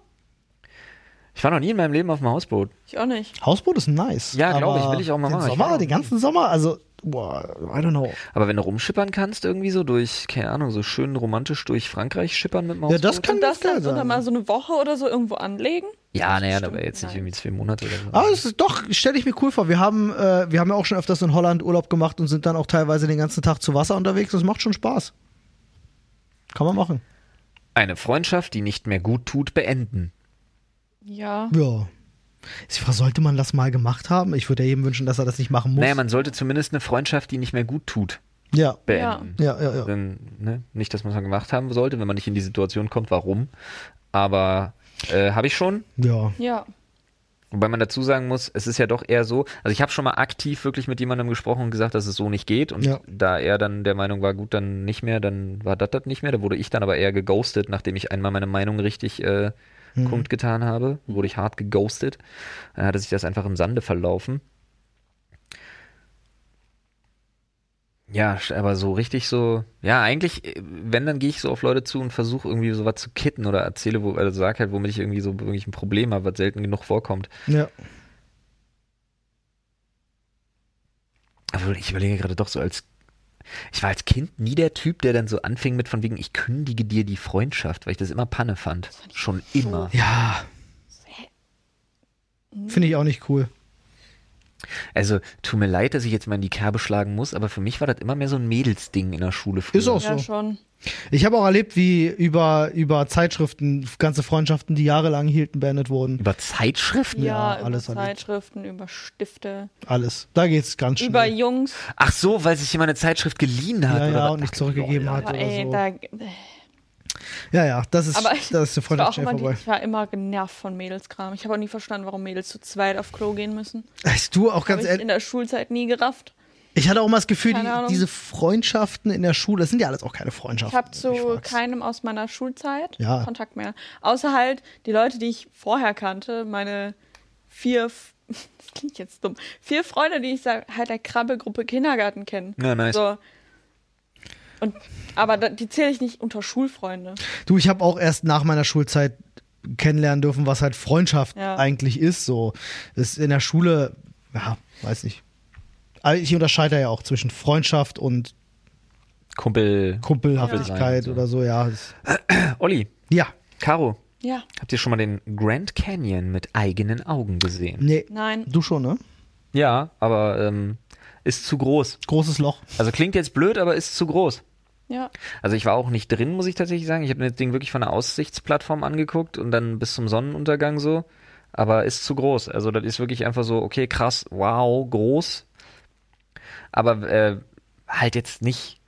Ich war noch nie in meinem Leben auf einem Hausboot. ich auch nicht. Hausboot ist nice. Ja, glaub aber ich, will ich auch mal den machen. Ich war Sommer, noch den nie. ganzen Sommer, also, boah, I don't know. Aber wenn du rumschippern kannst, irgendwie so durch, keine Ahnung, so schön romantisch durch Frankreich schippern mit dem Ja, Hausboot. das kann Und ganz das geil dann so sein. dann mal so eine Woche oder so irgendwo anlegen? Ja, naja, Stimmt, aber jetzt nicht nein. irgendwie zwei Monate oder so. Ah, es ist doch, stelle ich mir cool vor. Wir haben, äh, wir haben ja auch schon öfters in Holland Urlaub gemacht und sind dann auch teilweise den ganzen Tag zu Wasser unterwegs. Das macht schon Spaß. Kann man machen. Eine Freundschaft, die nicht mehr gut tut, beenden. Ja. Ja. Ist die Frage, sollte man das mal gemacht haben? Ich würde ja jedem wünschen, dass er das nicht machen muss. Naja, man sollte zumindest eine Freundschaft, die nicht mehr gut tut, ja. beenden. Ja, ja, ja. Dann, ne? Nicht, dass man es mal gemacht haben sollte, wenn man nicht in die Situation kommt, warum. Aber äh, habe ich schon. Ja. Ja. Wobei man dazu sagen muss, es ist ja doch eher so, also ich habe schon mal aktiv wirklich mit jemandem gesprochen und gesagt, dass es so nicht geht. Und Ja. da er dann der Meinung war, gut, dann nicht mehr, dann war das das nicht mehr. Da wurde ich dann aber eher geghostet, nachdem ich einmal meine Meinung richtig äh, kundgetan habe, wurde ich hart geghostet. Dann hatte sich das einfach im Sande verlaufen. Ja, sch- aber so richtig so, ja, eigentlich, äh, wenn, dann gehe ich so auf Leute zu und versuche irgendwie sowas zu kitten oder erzähle, wo, also sag halt, womit ich irgendwie so wirklich ein Problem habe, was selten genug vorkommt. ja. Aber ich überlege gerade doch so als, ich war als Kind nie der Typ, der dann so anfing mit von wegen, ich kündige dir die Freundschaft, weil ich das immer Panne fand. Schon immer. Ja. Finde ich auch nicht cool. Also, tut mir leid, dass ich jetzt mal in die Kerbe schlagen muss, aber für mich war das immer mehr so ein Mädelsding in der Schule früher. Ist auch Ja, so. schon. Ich habe auch erlebt, wie über, über Zeitschriften ganze Freundschaften, die jahrelang hielten, beendet wurden. Über Zeitschriften? Ja, Ja, über alles erlebt. Zeitschriften, über Stifte, Alles. Da geht's ganz schnell. über Jungs. Ach so, weil sich jemand eine Zeitschrift geliehen hat. Ja, oder ja, was? und nicht Ach, zurückgegeben lol, hat. ja. Aber oder ey, so. da, Ja, ja, das ist, aber das ist eine ich, war Freundschaft auch schnell immer die, vorbei. ich war immer genervt von Mädelskram. Ich habe auch nie verstanden, warum Mädels zu zweit auf Klo gehen müssen. Weißt du, auch Habe ganz ich ehrlich, in der Schulzeit nie gerafft. ich hatte auch immer das Gefühl, die, Keine Ahnung. diese Freundschaften in der Schule, das sind ja alles auch keine Ich Freundschaften. habe wenn du mich zu fragst. keinem aus meiner Schulzeit Ja. Kontakt mehr. Außer halt die Leute, die ich vorher kannte, meine vier, das klingt jetzt dumm, vier Freunde, die ich sa- halt der Krabbelgruppe Kindergarten kenne. Ja, nice. So. Und, aber da, die zähle ich nicht unter Schulfreunde. Du, ich habe auch erst nach meiner Schulzeit kennenlernen dürfen, was halt Freundschaft Ja. eigentlich ist. So ist in der Schule, ja, weiß nicht. Aber ich unterscheide ja auch zwischen Freundschaft und Kumpel. Kumpelhaftigkeit Ja. oder so, ja. Das, Olli, ja, Caro, Ja, habt ihr schon mal den Grand Canyon mit eigenen Augen gesehen? nee. nein. Du schon, ne? Ja, aber ähm, ist zu groß. Großes Loch. Also klingt jetzt blöd, aber ist zu groß. Ja. Also ich war auch nicht drin, muss ich tatsächlich sagen. Ich habe mir das Ding wirklich von der Aussichtsplattform angeguckt und dann bis zum Sonnenuntergang so. Aber ist zu groß. Also das ist wirklich einfach so, okay, krass, wow, groß. Aber äh, halt jetzt nicht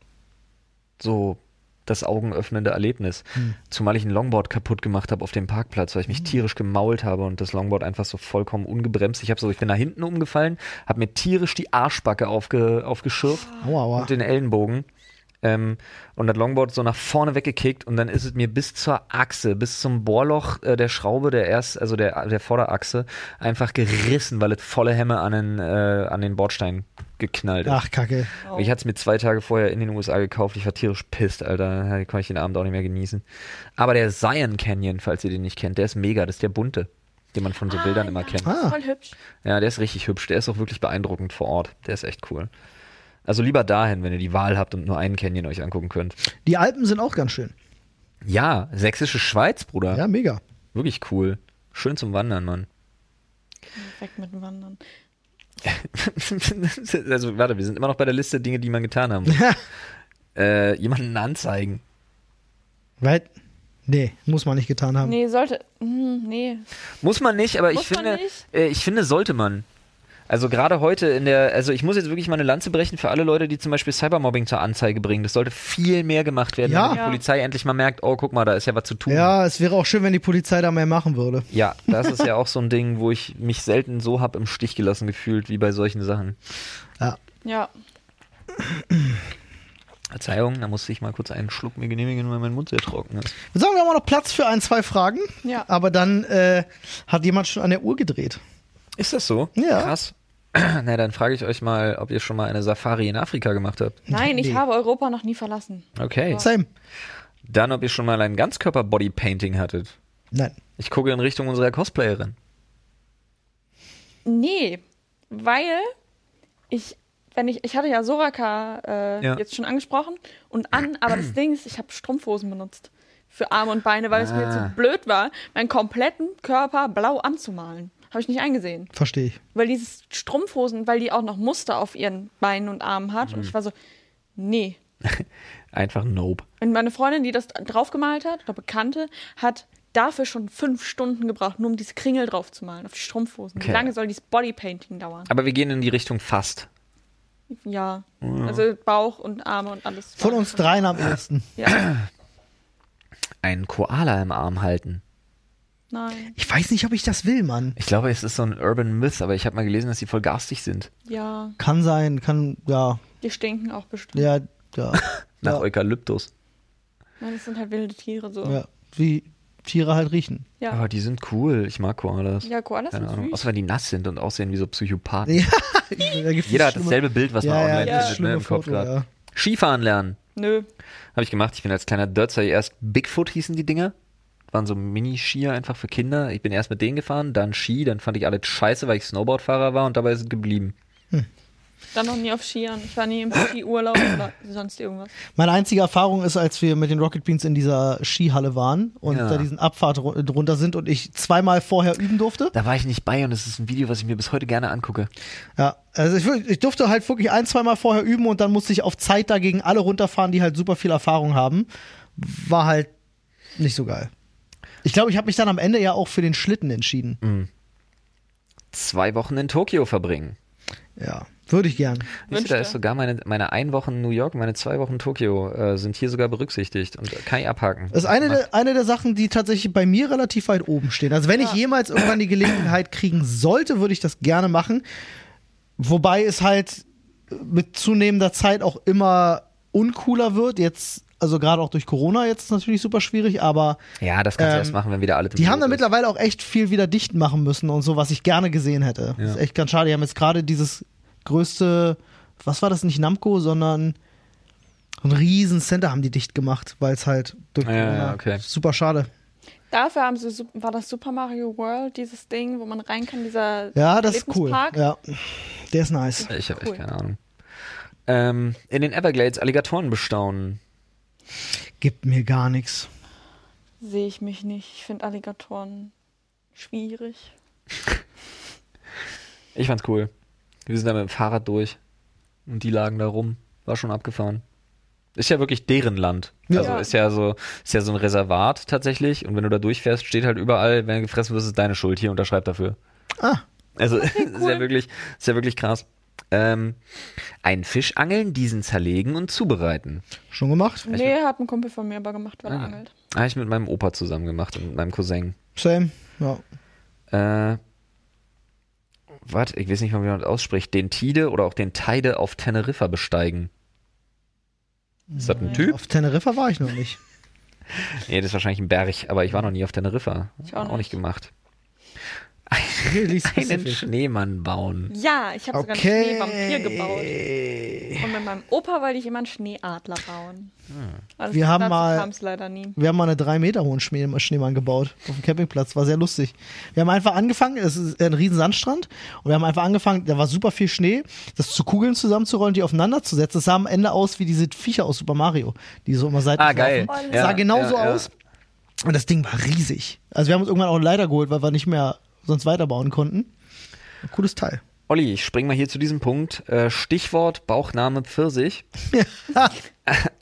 so das augenöffnende Erlebnis. Zumal ich ein Longboard kaputt gemacht habe auf dem Parkplatz, weil ich mich tierisch gemault habe und das Longboard einfach so vollkommen ungebremst. Ich habe so, ich bin nach hinten umgefallen, habe mir tierisch die Arschbacke aufge, aufgeschürft Aua, aua. und den Ellenbogen. Ähm, und das Longboard so nach vorne weggekickt und dann ist es mir bis zur Achse, bis zum Bohrloch äh, der Schraube, der erst, also der, der Vorderachse, einfach gerissen, weil es volle Hemme an den, äh, an den Bordstein geknallt ist. Ach, kacke. Ich hatte es mir zwei Tage vorher in den USA gekauft. Ich war tierisch pisst, Alter. Da konnte ich den Abend auch nicht mehr genießen. Aber der Zion Canyon, falls ihr den nicht kennt, der ist mega. Das ist der bunte, den man von so Bildern immer kennt. Ah. Voll hübsch. Ja, der ist richtig hübsch. Der ist auch wirklich beeindruckend vor Ort. Der ist echt cool. Also lieber dahin, wenn ihr die Wahl habt und nur einen Canyon euch angucken könnt. Die Alpen sind auch ganz schön. Ja, sächsische Schweiz, Bruder. Ja, mega. Wirklich cool. Schön zum Wandern, Mann. Weg mit dem Wandern. also warte, wir sind immer noch bei der Liste Dinge, die man getan haben. muss. äh, jemanden anzeigen. Weil, nee, muss man nicht getan haben. Nee, sollte. Hm, nee. Muss man nicht, aber ich Muss man finde, nicht? äh, ich finde, sollte man. Also gerade heute in der, also ich muss jetzt wirklich mal eine Lanze brechen für alle Leute, die zum Beispiel Cybermobbing zur Anzeige bringen. Das sollte viel mehr gemacht werden, Ja. damit die Ja. Polizei endlich mal merkt, oh, guck mal, da ist ja was zu tun. Ja, es wäre auch schön, wenn die Polizei da mehr machen würde. Ja, das ist ja auch so ein Ding, wo ich mich selten so hab im Stich gelassen gefühlt, wie bei solchen Sachen. Ja. Ja. Verzeihung, da musste ich mal kurz einen Schluck mir genehmigen, weil mein Mund sehr trocken ist. Wir sagen, wir haben auch noch Platz für ein, zwei Fragen. Ja. Aber dann äh, hat jemand schon an der Uhr gedreht. Ist das so? Ja. Krass. Na, dann frage ich euch mal, ob ihr schon mal eine Safari in Afrika gemacht habt. Nein, Nee. ich habe Europa noch nie verlassen. Okay. Same. Dann, ob ihr schon mal ein Ganzkörper-Body-Painting hattet. Nein. Ich gucke in Richtung unserer Cosplayerin. Nee, weil ich, wenn ich, ich hatte ja Soraka äh, Ja. jetzt schon angesprochen und an, aber das Ding ist, ich habe Strumpfhosen benutzt für Arme und Beine, weil es mir Ah. zu blöd war, meinen kompletten Körper blau anzumalen. Habe ich nicht eingesehen. Verstehe ich. Weil dieses Strumpfhosen, weil die auch noch Muster auf ihren Beinen und Armen hat. Mhm. Und ich war so, nee. Einfach nope. Und meine Freundin, die das draufgemalt hat, oder Bekannte, hat dafür schon fünf Stunden gebraucht, nur um diese Kringel draufzumalen, auf die Strumpfhosen. Okay. Wie lange soll dieses Bodypainting dauern? Aber wir gehen in die Richtung fast. Ja. Also Bauch und Arme und alles. Oh Von uns dreien am ersten. Ja. Einen Koala im Arm halten. Nein. Ich weiß nicht, ob ich das will, Mann. Ich glaube, es ist so ein Urban Myth, aber ich habe mal gelesen, dass die voll garstig sind. Ja. Kann sein, kann, ja, Die stinken auch bestimmt. ja, ja. Nach ja, Eukalyptus. Nein, das sind halt wilde Tiere so. Ja. ja. Wie Tiere halt riechen. Ja, Aber die sind cool. Ich mag Koalas. Koalas Keine sind Ahnung. süß. Außer wenn die nass sind und aussehen wie so Psychopathen. Ja, da gibt's Jeder hat das schlimme- dasselbe Bild, was Ja, man ja, online das findet, ne, schlimme im Kopf Foto, gerade. ja. Skifahren lernen. Nö. Habe ich gemacht. Ich bin als kleiner Dörzer erst Bigfoot hießen die Dinger. Waren so Mini-Skier einfach für Kinder. Ich bin erst mit denen gefahren, dann Ski, dann fand ich alles scheiße, weil ich Snowboardfahrer war und dabei ist es geblieben. Dann noch nie auf Skiern. Ich war nie im Skiurlaub oder sonst irgendwas. Meine einzige Erfahrung ist, als wir mit den Rocket Beans in dieser Skihalle waren und Ja. da diesen Abfahrt ru- drunter sind und ich zweimal vorher üben durfte. Da war ich nicht bei und es ist ein Video, was ich mir bis heute gerne angucke. Ja, also ich, wür- ich durfte halt wirklich ein, zweimal vorher üben und dann musste ich auf Zeit dagegen alle runterfahren, die halt super viel Erfahrung haben. War halt nicht so geil. Ich glaube, ich habe mich dann am Ende ja auch für den Schlitten entschieden. Zwei Wochen in Tokio verbringen. Ja, würde ich gern. Siehst du, da Wünschte. ist sogar meine, meine ein Wochen New York, meine zwei Wochen Tokio äh, sind hier sogar berücksichtigt und kann ich abhaken. Das ist eine der, eine der Sachen, die tatsächlich bei mir relativ weit oben stehen. Also wenn ich Ja. jemals irgendwann die Gelegenheit kriegen sollte, würde ich das gerne machen. Wobei es halt mit zunehmender Zeit auch immer uncooler wird. Jetzt, also gerade auch durch Corona jetzt ist natürlich super schwierig, aber ja, das kannst du Ähm, erst machen, wenn wieder alle die haben da mittlerweile auch echt viel wieder dicht machen müssen und so, was ich gerne gesehen hätte. Das ist echt ganz schade. Die haben jetzt gerade dieses größte, was war das, nicht Namco, sondern ein riesen Center haben die dicht gemacht, weil es halt durch Ah, Ja, ja, Corona ja, okay. super schade. Dafür haben sie, Sup- war das Super Mario World, dieses Ding, wo man rein kann, dieser Ja, das ist cool. Erlebnispark? Ja. Der ist nice. Ich habe Cool. echt keine Ahnung. Ähm, in den Everglades Alligatoren bestaunen. Gibt mir gar nichts. Sehe ich mich nicht. Ich finde Alligatoren schwierig. Ich fand's cool. Wir sind da mit dem Fahrrad durch und die lagen da rum. War schon abgefahren. Ist ja wirklich deren Land. Ja. Also ist ja so, ist ja so ein Reservat tatsächlich. Und wenn du da durchfährst, steht halt überall, wenn du gefressen wirst, ist deine Schuld. Hier unterschreib dafür. Ah, Also ist ja wirklich, ist ja wirklich krass. Ähm, einen Fisch angeln, diesen zerlegen und zubereiten. Schon gemacht? Nee, hat ein Kumpel von mir aber gemacht, Ah. weil er angelt. Habe ich mit meinem Opa zusammen gemacht und mit meinem Cousin. Same. Ja. Äh, warte, ich weiß nicht mal, wie man das ausspricht. Den Tide oder auch den Teide auf Teneriffa besteigen. Ist das ein Typ? Auf Teneriffa war ich noch nicht. Nee, das ist wahrscheinlich ein Berg, aber ich war noch nie auf Teneriffa. Ich auch auch nicht nicht. gemacht. Really Einen specific. Schneemann bauen. Ja, ich habe Okay. sogar einen Schneevampir gebaut. Und mit meinem Opa wollte ich immer einen Schneeadler bauen. Ah. Also Wir haben dazu mal- kam es leider nie. Wir haben mal einen drei Meter hohen Schnee, Schneemann gebaut auf dem Campingplatz. War sehr lustig. Wir haben einfach angefangen, es ist ein riesen Sandstrand und wir haben einfach angefangen, da war super viel Schnee, das zu Kugeln zusammenzurollen, die aufeinander zu setzen. Das sah am Ende aus wie diese Viecher aus Super Mario, die so immer seitlich Ah, geil. laufen. Ja, sah genauso ja, ja. aus. Und das Ding war riesig. Also wir haben uns irgendwann auch einen Leiter geholt, weil wir nicht mehr sonst weiterbauen konnten. Ein cooles Teil. Olli, ich spring mal hier zu diesem Punkt. Äh, Stichwort Bauchname Pfirsich.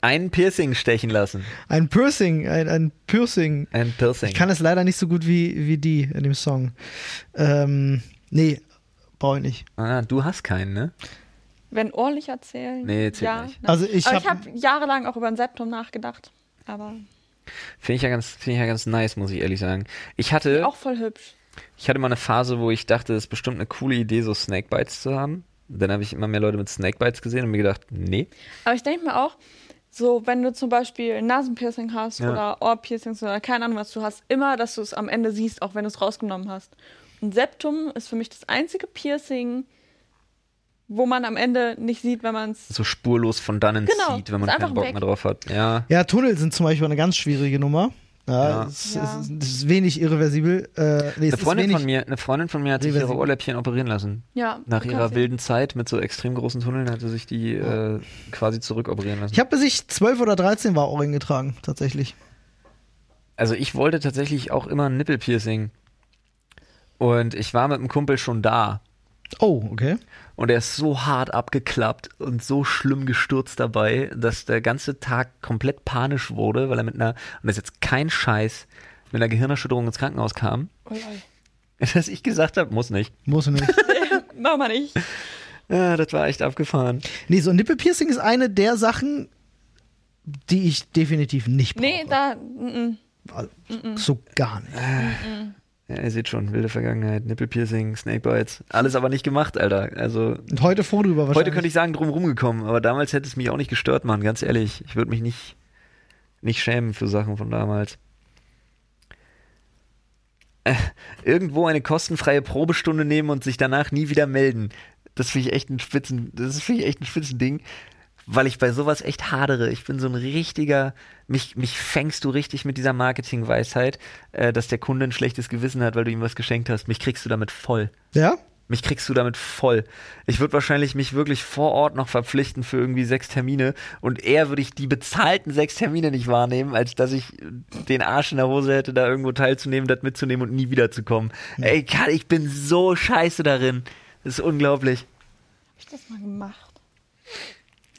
Ein Piercing stechen lassen. Ein Piercing, ein, ein Piercing. Ein Piercing. Ich kann es leider nicht so gut wie, wie die in dem Song. Ähm, nee, brauche ich nicht. ah, du hast keinen, ne? Wenn ordentlich erzählen. Nee, zählt ja, nicht. nein. Also ich Ne? aber ich hab- habe jahrelang auch über ein Septum nachgedacht. Aber Finde ich ja ganz, finde ich ja ganz nice, muss ich ehrlich sagen. Ich hatte, auch voll hübsch. ich hatte mal eine Phase, wo ich dachte, es ist bestimmt eine coole Idee, so Snakebites zu haben. Dann habe ich immer mehr Leute mit Snakebites gesehen und mir gedacht, nee. Aber ich denke mir auch, so wenn du zum Beispiel ein Nasenpiercing hast Ja. oder Ohrpiercings oder keine Ahnung was, du hast immer, dass du es am Ende siehst, auch wenn du es rausgenommen hast. Und Septum ist für mich das einzige Piercing, wo man am Ende nicht sieht, wenn man es. So spurlos von dannen Genau, zieht, wenn ist man einfach keinen Bock weg. mehr drauf hat. Ja. Ja, Tunnel sind zum Beispiel eine ganz schwierige Nummer. Ja, Ja. Es, Ja. Es, es ist wenig irreversibel. Äh, nee, es Eine Freundin, ist wenig, von mir, eine Freundin von mir hat sich ihre Reversibel. Ohrläppchen operieren lassen. Ja, Nach du ihrer kannst- wilden Zeit mit so extrem großen Tunneln hatte sich die äh, quasi zurückoperieren lassen. Ich habe bis ich 12 oder 13 war Ohrring getragen, tatsächlich. Also ich wollte tatsächlich auch immer ein Nippelpiercing. Und ich war mit einem Kumpel schon da. Oh, okay. Und er ist so hart abgeklappt und so schlimm gestürzt dabei, dass der ganze Tag komplett panisch wurde, weil er mit einer, und das ist jetzt kein Scheiß, mit einer Gehirnerschütterung ins Krankenhaus kam. Ui, ui. Dass ich gesagt habe, muss nicht. Muss nicht. Mach mal nicht. Ja, das war echt abgefahren. nee, so ein Nippelpiercing ist eine der Sachen, die ich definitiv nicht brauche. Oh, Nee, da. Mm, Also, so gar nicht. Ja, ihr seht schon, wilde Vergangenheit, Nippelpiercing, Snakebites, alles aber nicht gemacht, Alter. Also Und heute froh drüber wahrscheinlich. heute könnte ich sagen, drum rumgekommen, aber damals hätte es mich auch nicht gestört, Mann, ganz ehrlich. Ich würde mich nicht, nicht schämen für Sachen von damals. Äh, irgendwo eine kostenfreie Probestunde nehmen und sich danach nie wieder melden. Das finde ich echt ein Spitzen, das ist- finde ich echt ein Spitzending, weil ich bei sowas echt hadere. Ich bin so ein richtiger, mich, mich fängst du richtig mit dieser Marketingweisheit, äh, dass der Kunde ein schlechtes Gewissen hat, weil du ihm was geschenkt hast. Mich kriegst du damit voll. Ja? Mich kriegst du damit voll. Ich würde wahrscheinlich mich wirklich vor Ort noch verpflichten für irgendwie sechs Termine und eher würde ich die bezahlten sechs Termine nicht wahrnehmen, als dass ich den Arsch in der Hose hätte, da irgendwo teilzunehmen, das mitzunehmen und nie wiederzukommen. Ey, Karl, ich bin so scheiße darin. Das ist unglaublich. hab ich das mal gemacht?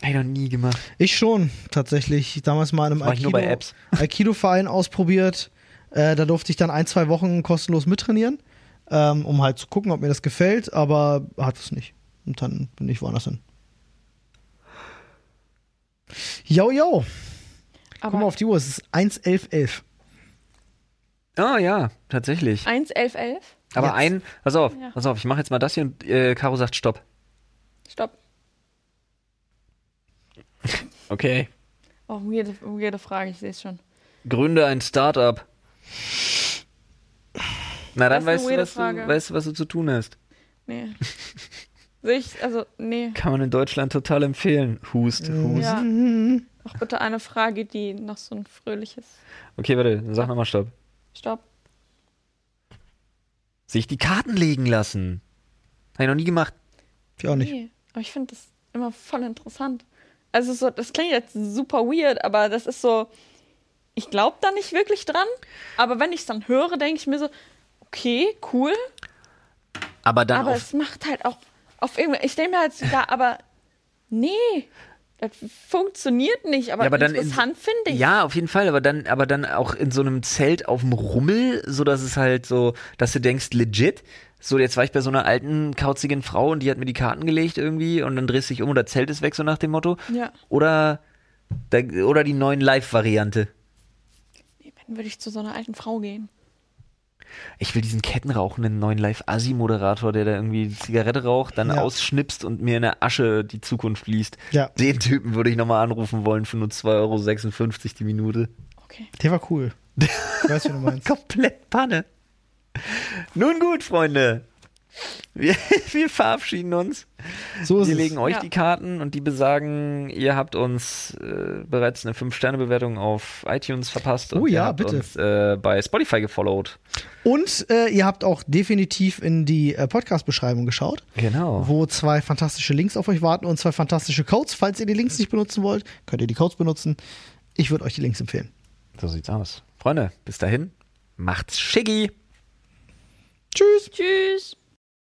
Hab ich noch nie gemacht. Ich schon, tatsächlich. Damals mal in einem Mach ich nur bei Apps. Aikido-Verein ausprobiert. Äh, da durfte ich dann ein, zwei Wochen kostenlos mittrainieren, ähm, um halt zu gucken, ob mir das gefällt, aber hat es nicht. Und dann bin ich woanders hin. Yo, yo. Guck mal Aber auf die Uhr, es ist 1.11.11. Oh ja, tatsächlich. 1, 11, 11? Aber Jetzt. ein, pass auf, Ja. pass auf, ich mache jetzt mal das hier und äh, Caro sagt Stopp. Stopp. Okay. Oh, jede, jede Frage, ich sehe es schon. Gründe ein Startup. Na dann Das weißt ist du, eine was du, weirde Frage. weißt du, was du zu tun hast. Nee. Sehe ich, also, nee. Kann man in Deutschland total empfehlen. Hust, Hust. Ja. Auch bitte eine Frage, die noch so ein fröhliches. Okay, warte, dann sag nochmal Stopp. Stopp. Sich die Karten legen lassen. Habe ich noch nie gemacht. Ich auch nicht. Nee. Aber ich finde das immer voll interessant. Also, so, das klingt jetzt super weird, aber das ist so. Ich glaube da nicht wirklich dran, aber wenn ich es dann höre, denke ich mir so, okay, cool, Aber dann aber auf, es macht halt auch auf irgendwie. Ich denke mir halt, so, ja, aber nee, Das funktioniert nicht, aber, Ja, aber dann in- interessant finde ich. Ja, auf jeden Fall, aber dann, aber dann auch in so einem Zelt auf dem Rummel, so dass es halt so, dass du denkst, legit. So, jetzt war ich bei so einer alten, kauzigen Frau und die hat mir die Karten gelegt irgendwie und dann drehst du dich um und das Zelt ist weg, so nach dem Motto. Ja. Oder, da, oder die neuen Live-Variante. Nee, Dann würde ich zu so einer alten Frau gehen. Ich will diesen kettenrauchenden neuen Live-Assi-Moderator, der da irgendwie Zigarette raucht, dann Ja. ausschnipst und mir in der Asche die Zukunft liest. Ja. Den Typen würde ich nochmal anrufen wollen für nur 2,56 Euro die Minute. Okay. Der war cool. Ich weiß, wie du meinst. Komplett Panne. Nun gut, Freunde. Wir, wir verabschieden uns. So ist Wir es. legen euch Ja. die Karten und die besagen, ihr habt uns äh, bereits eine 5-Sterne-Bewertung auf iTunes verpasst. und Oh ihr ja, habt bitte. Uns, äh, bei Spotify gefollowt. Und äh, ihr habt auch definitiv in die äh, Podcast-Beschreibung geschaut, Genau. wo zwei fantastische Links auf euch warten und zwei fantastische Codes. Falls ihr die Links nicht benutzen wollt, könnt ihr die Codes benutzen. Ich würde euch die Links empfehlen. So sieht's aus. Freunde, bis dahin, macht's schicki. Tschüss. Tschüss.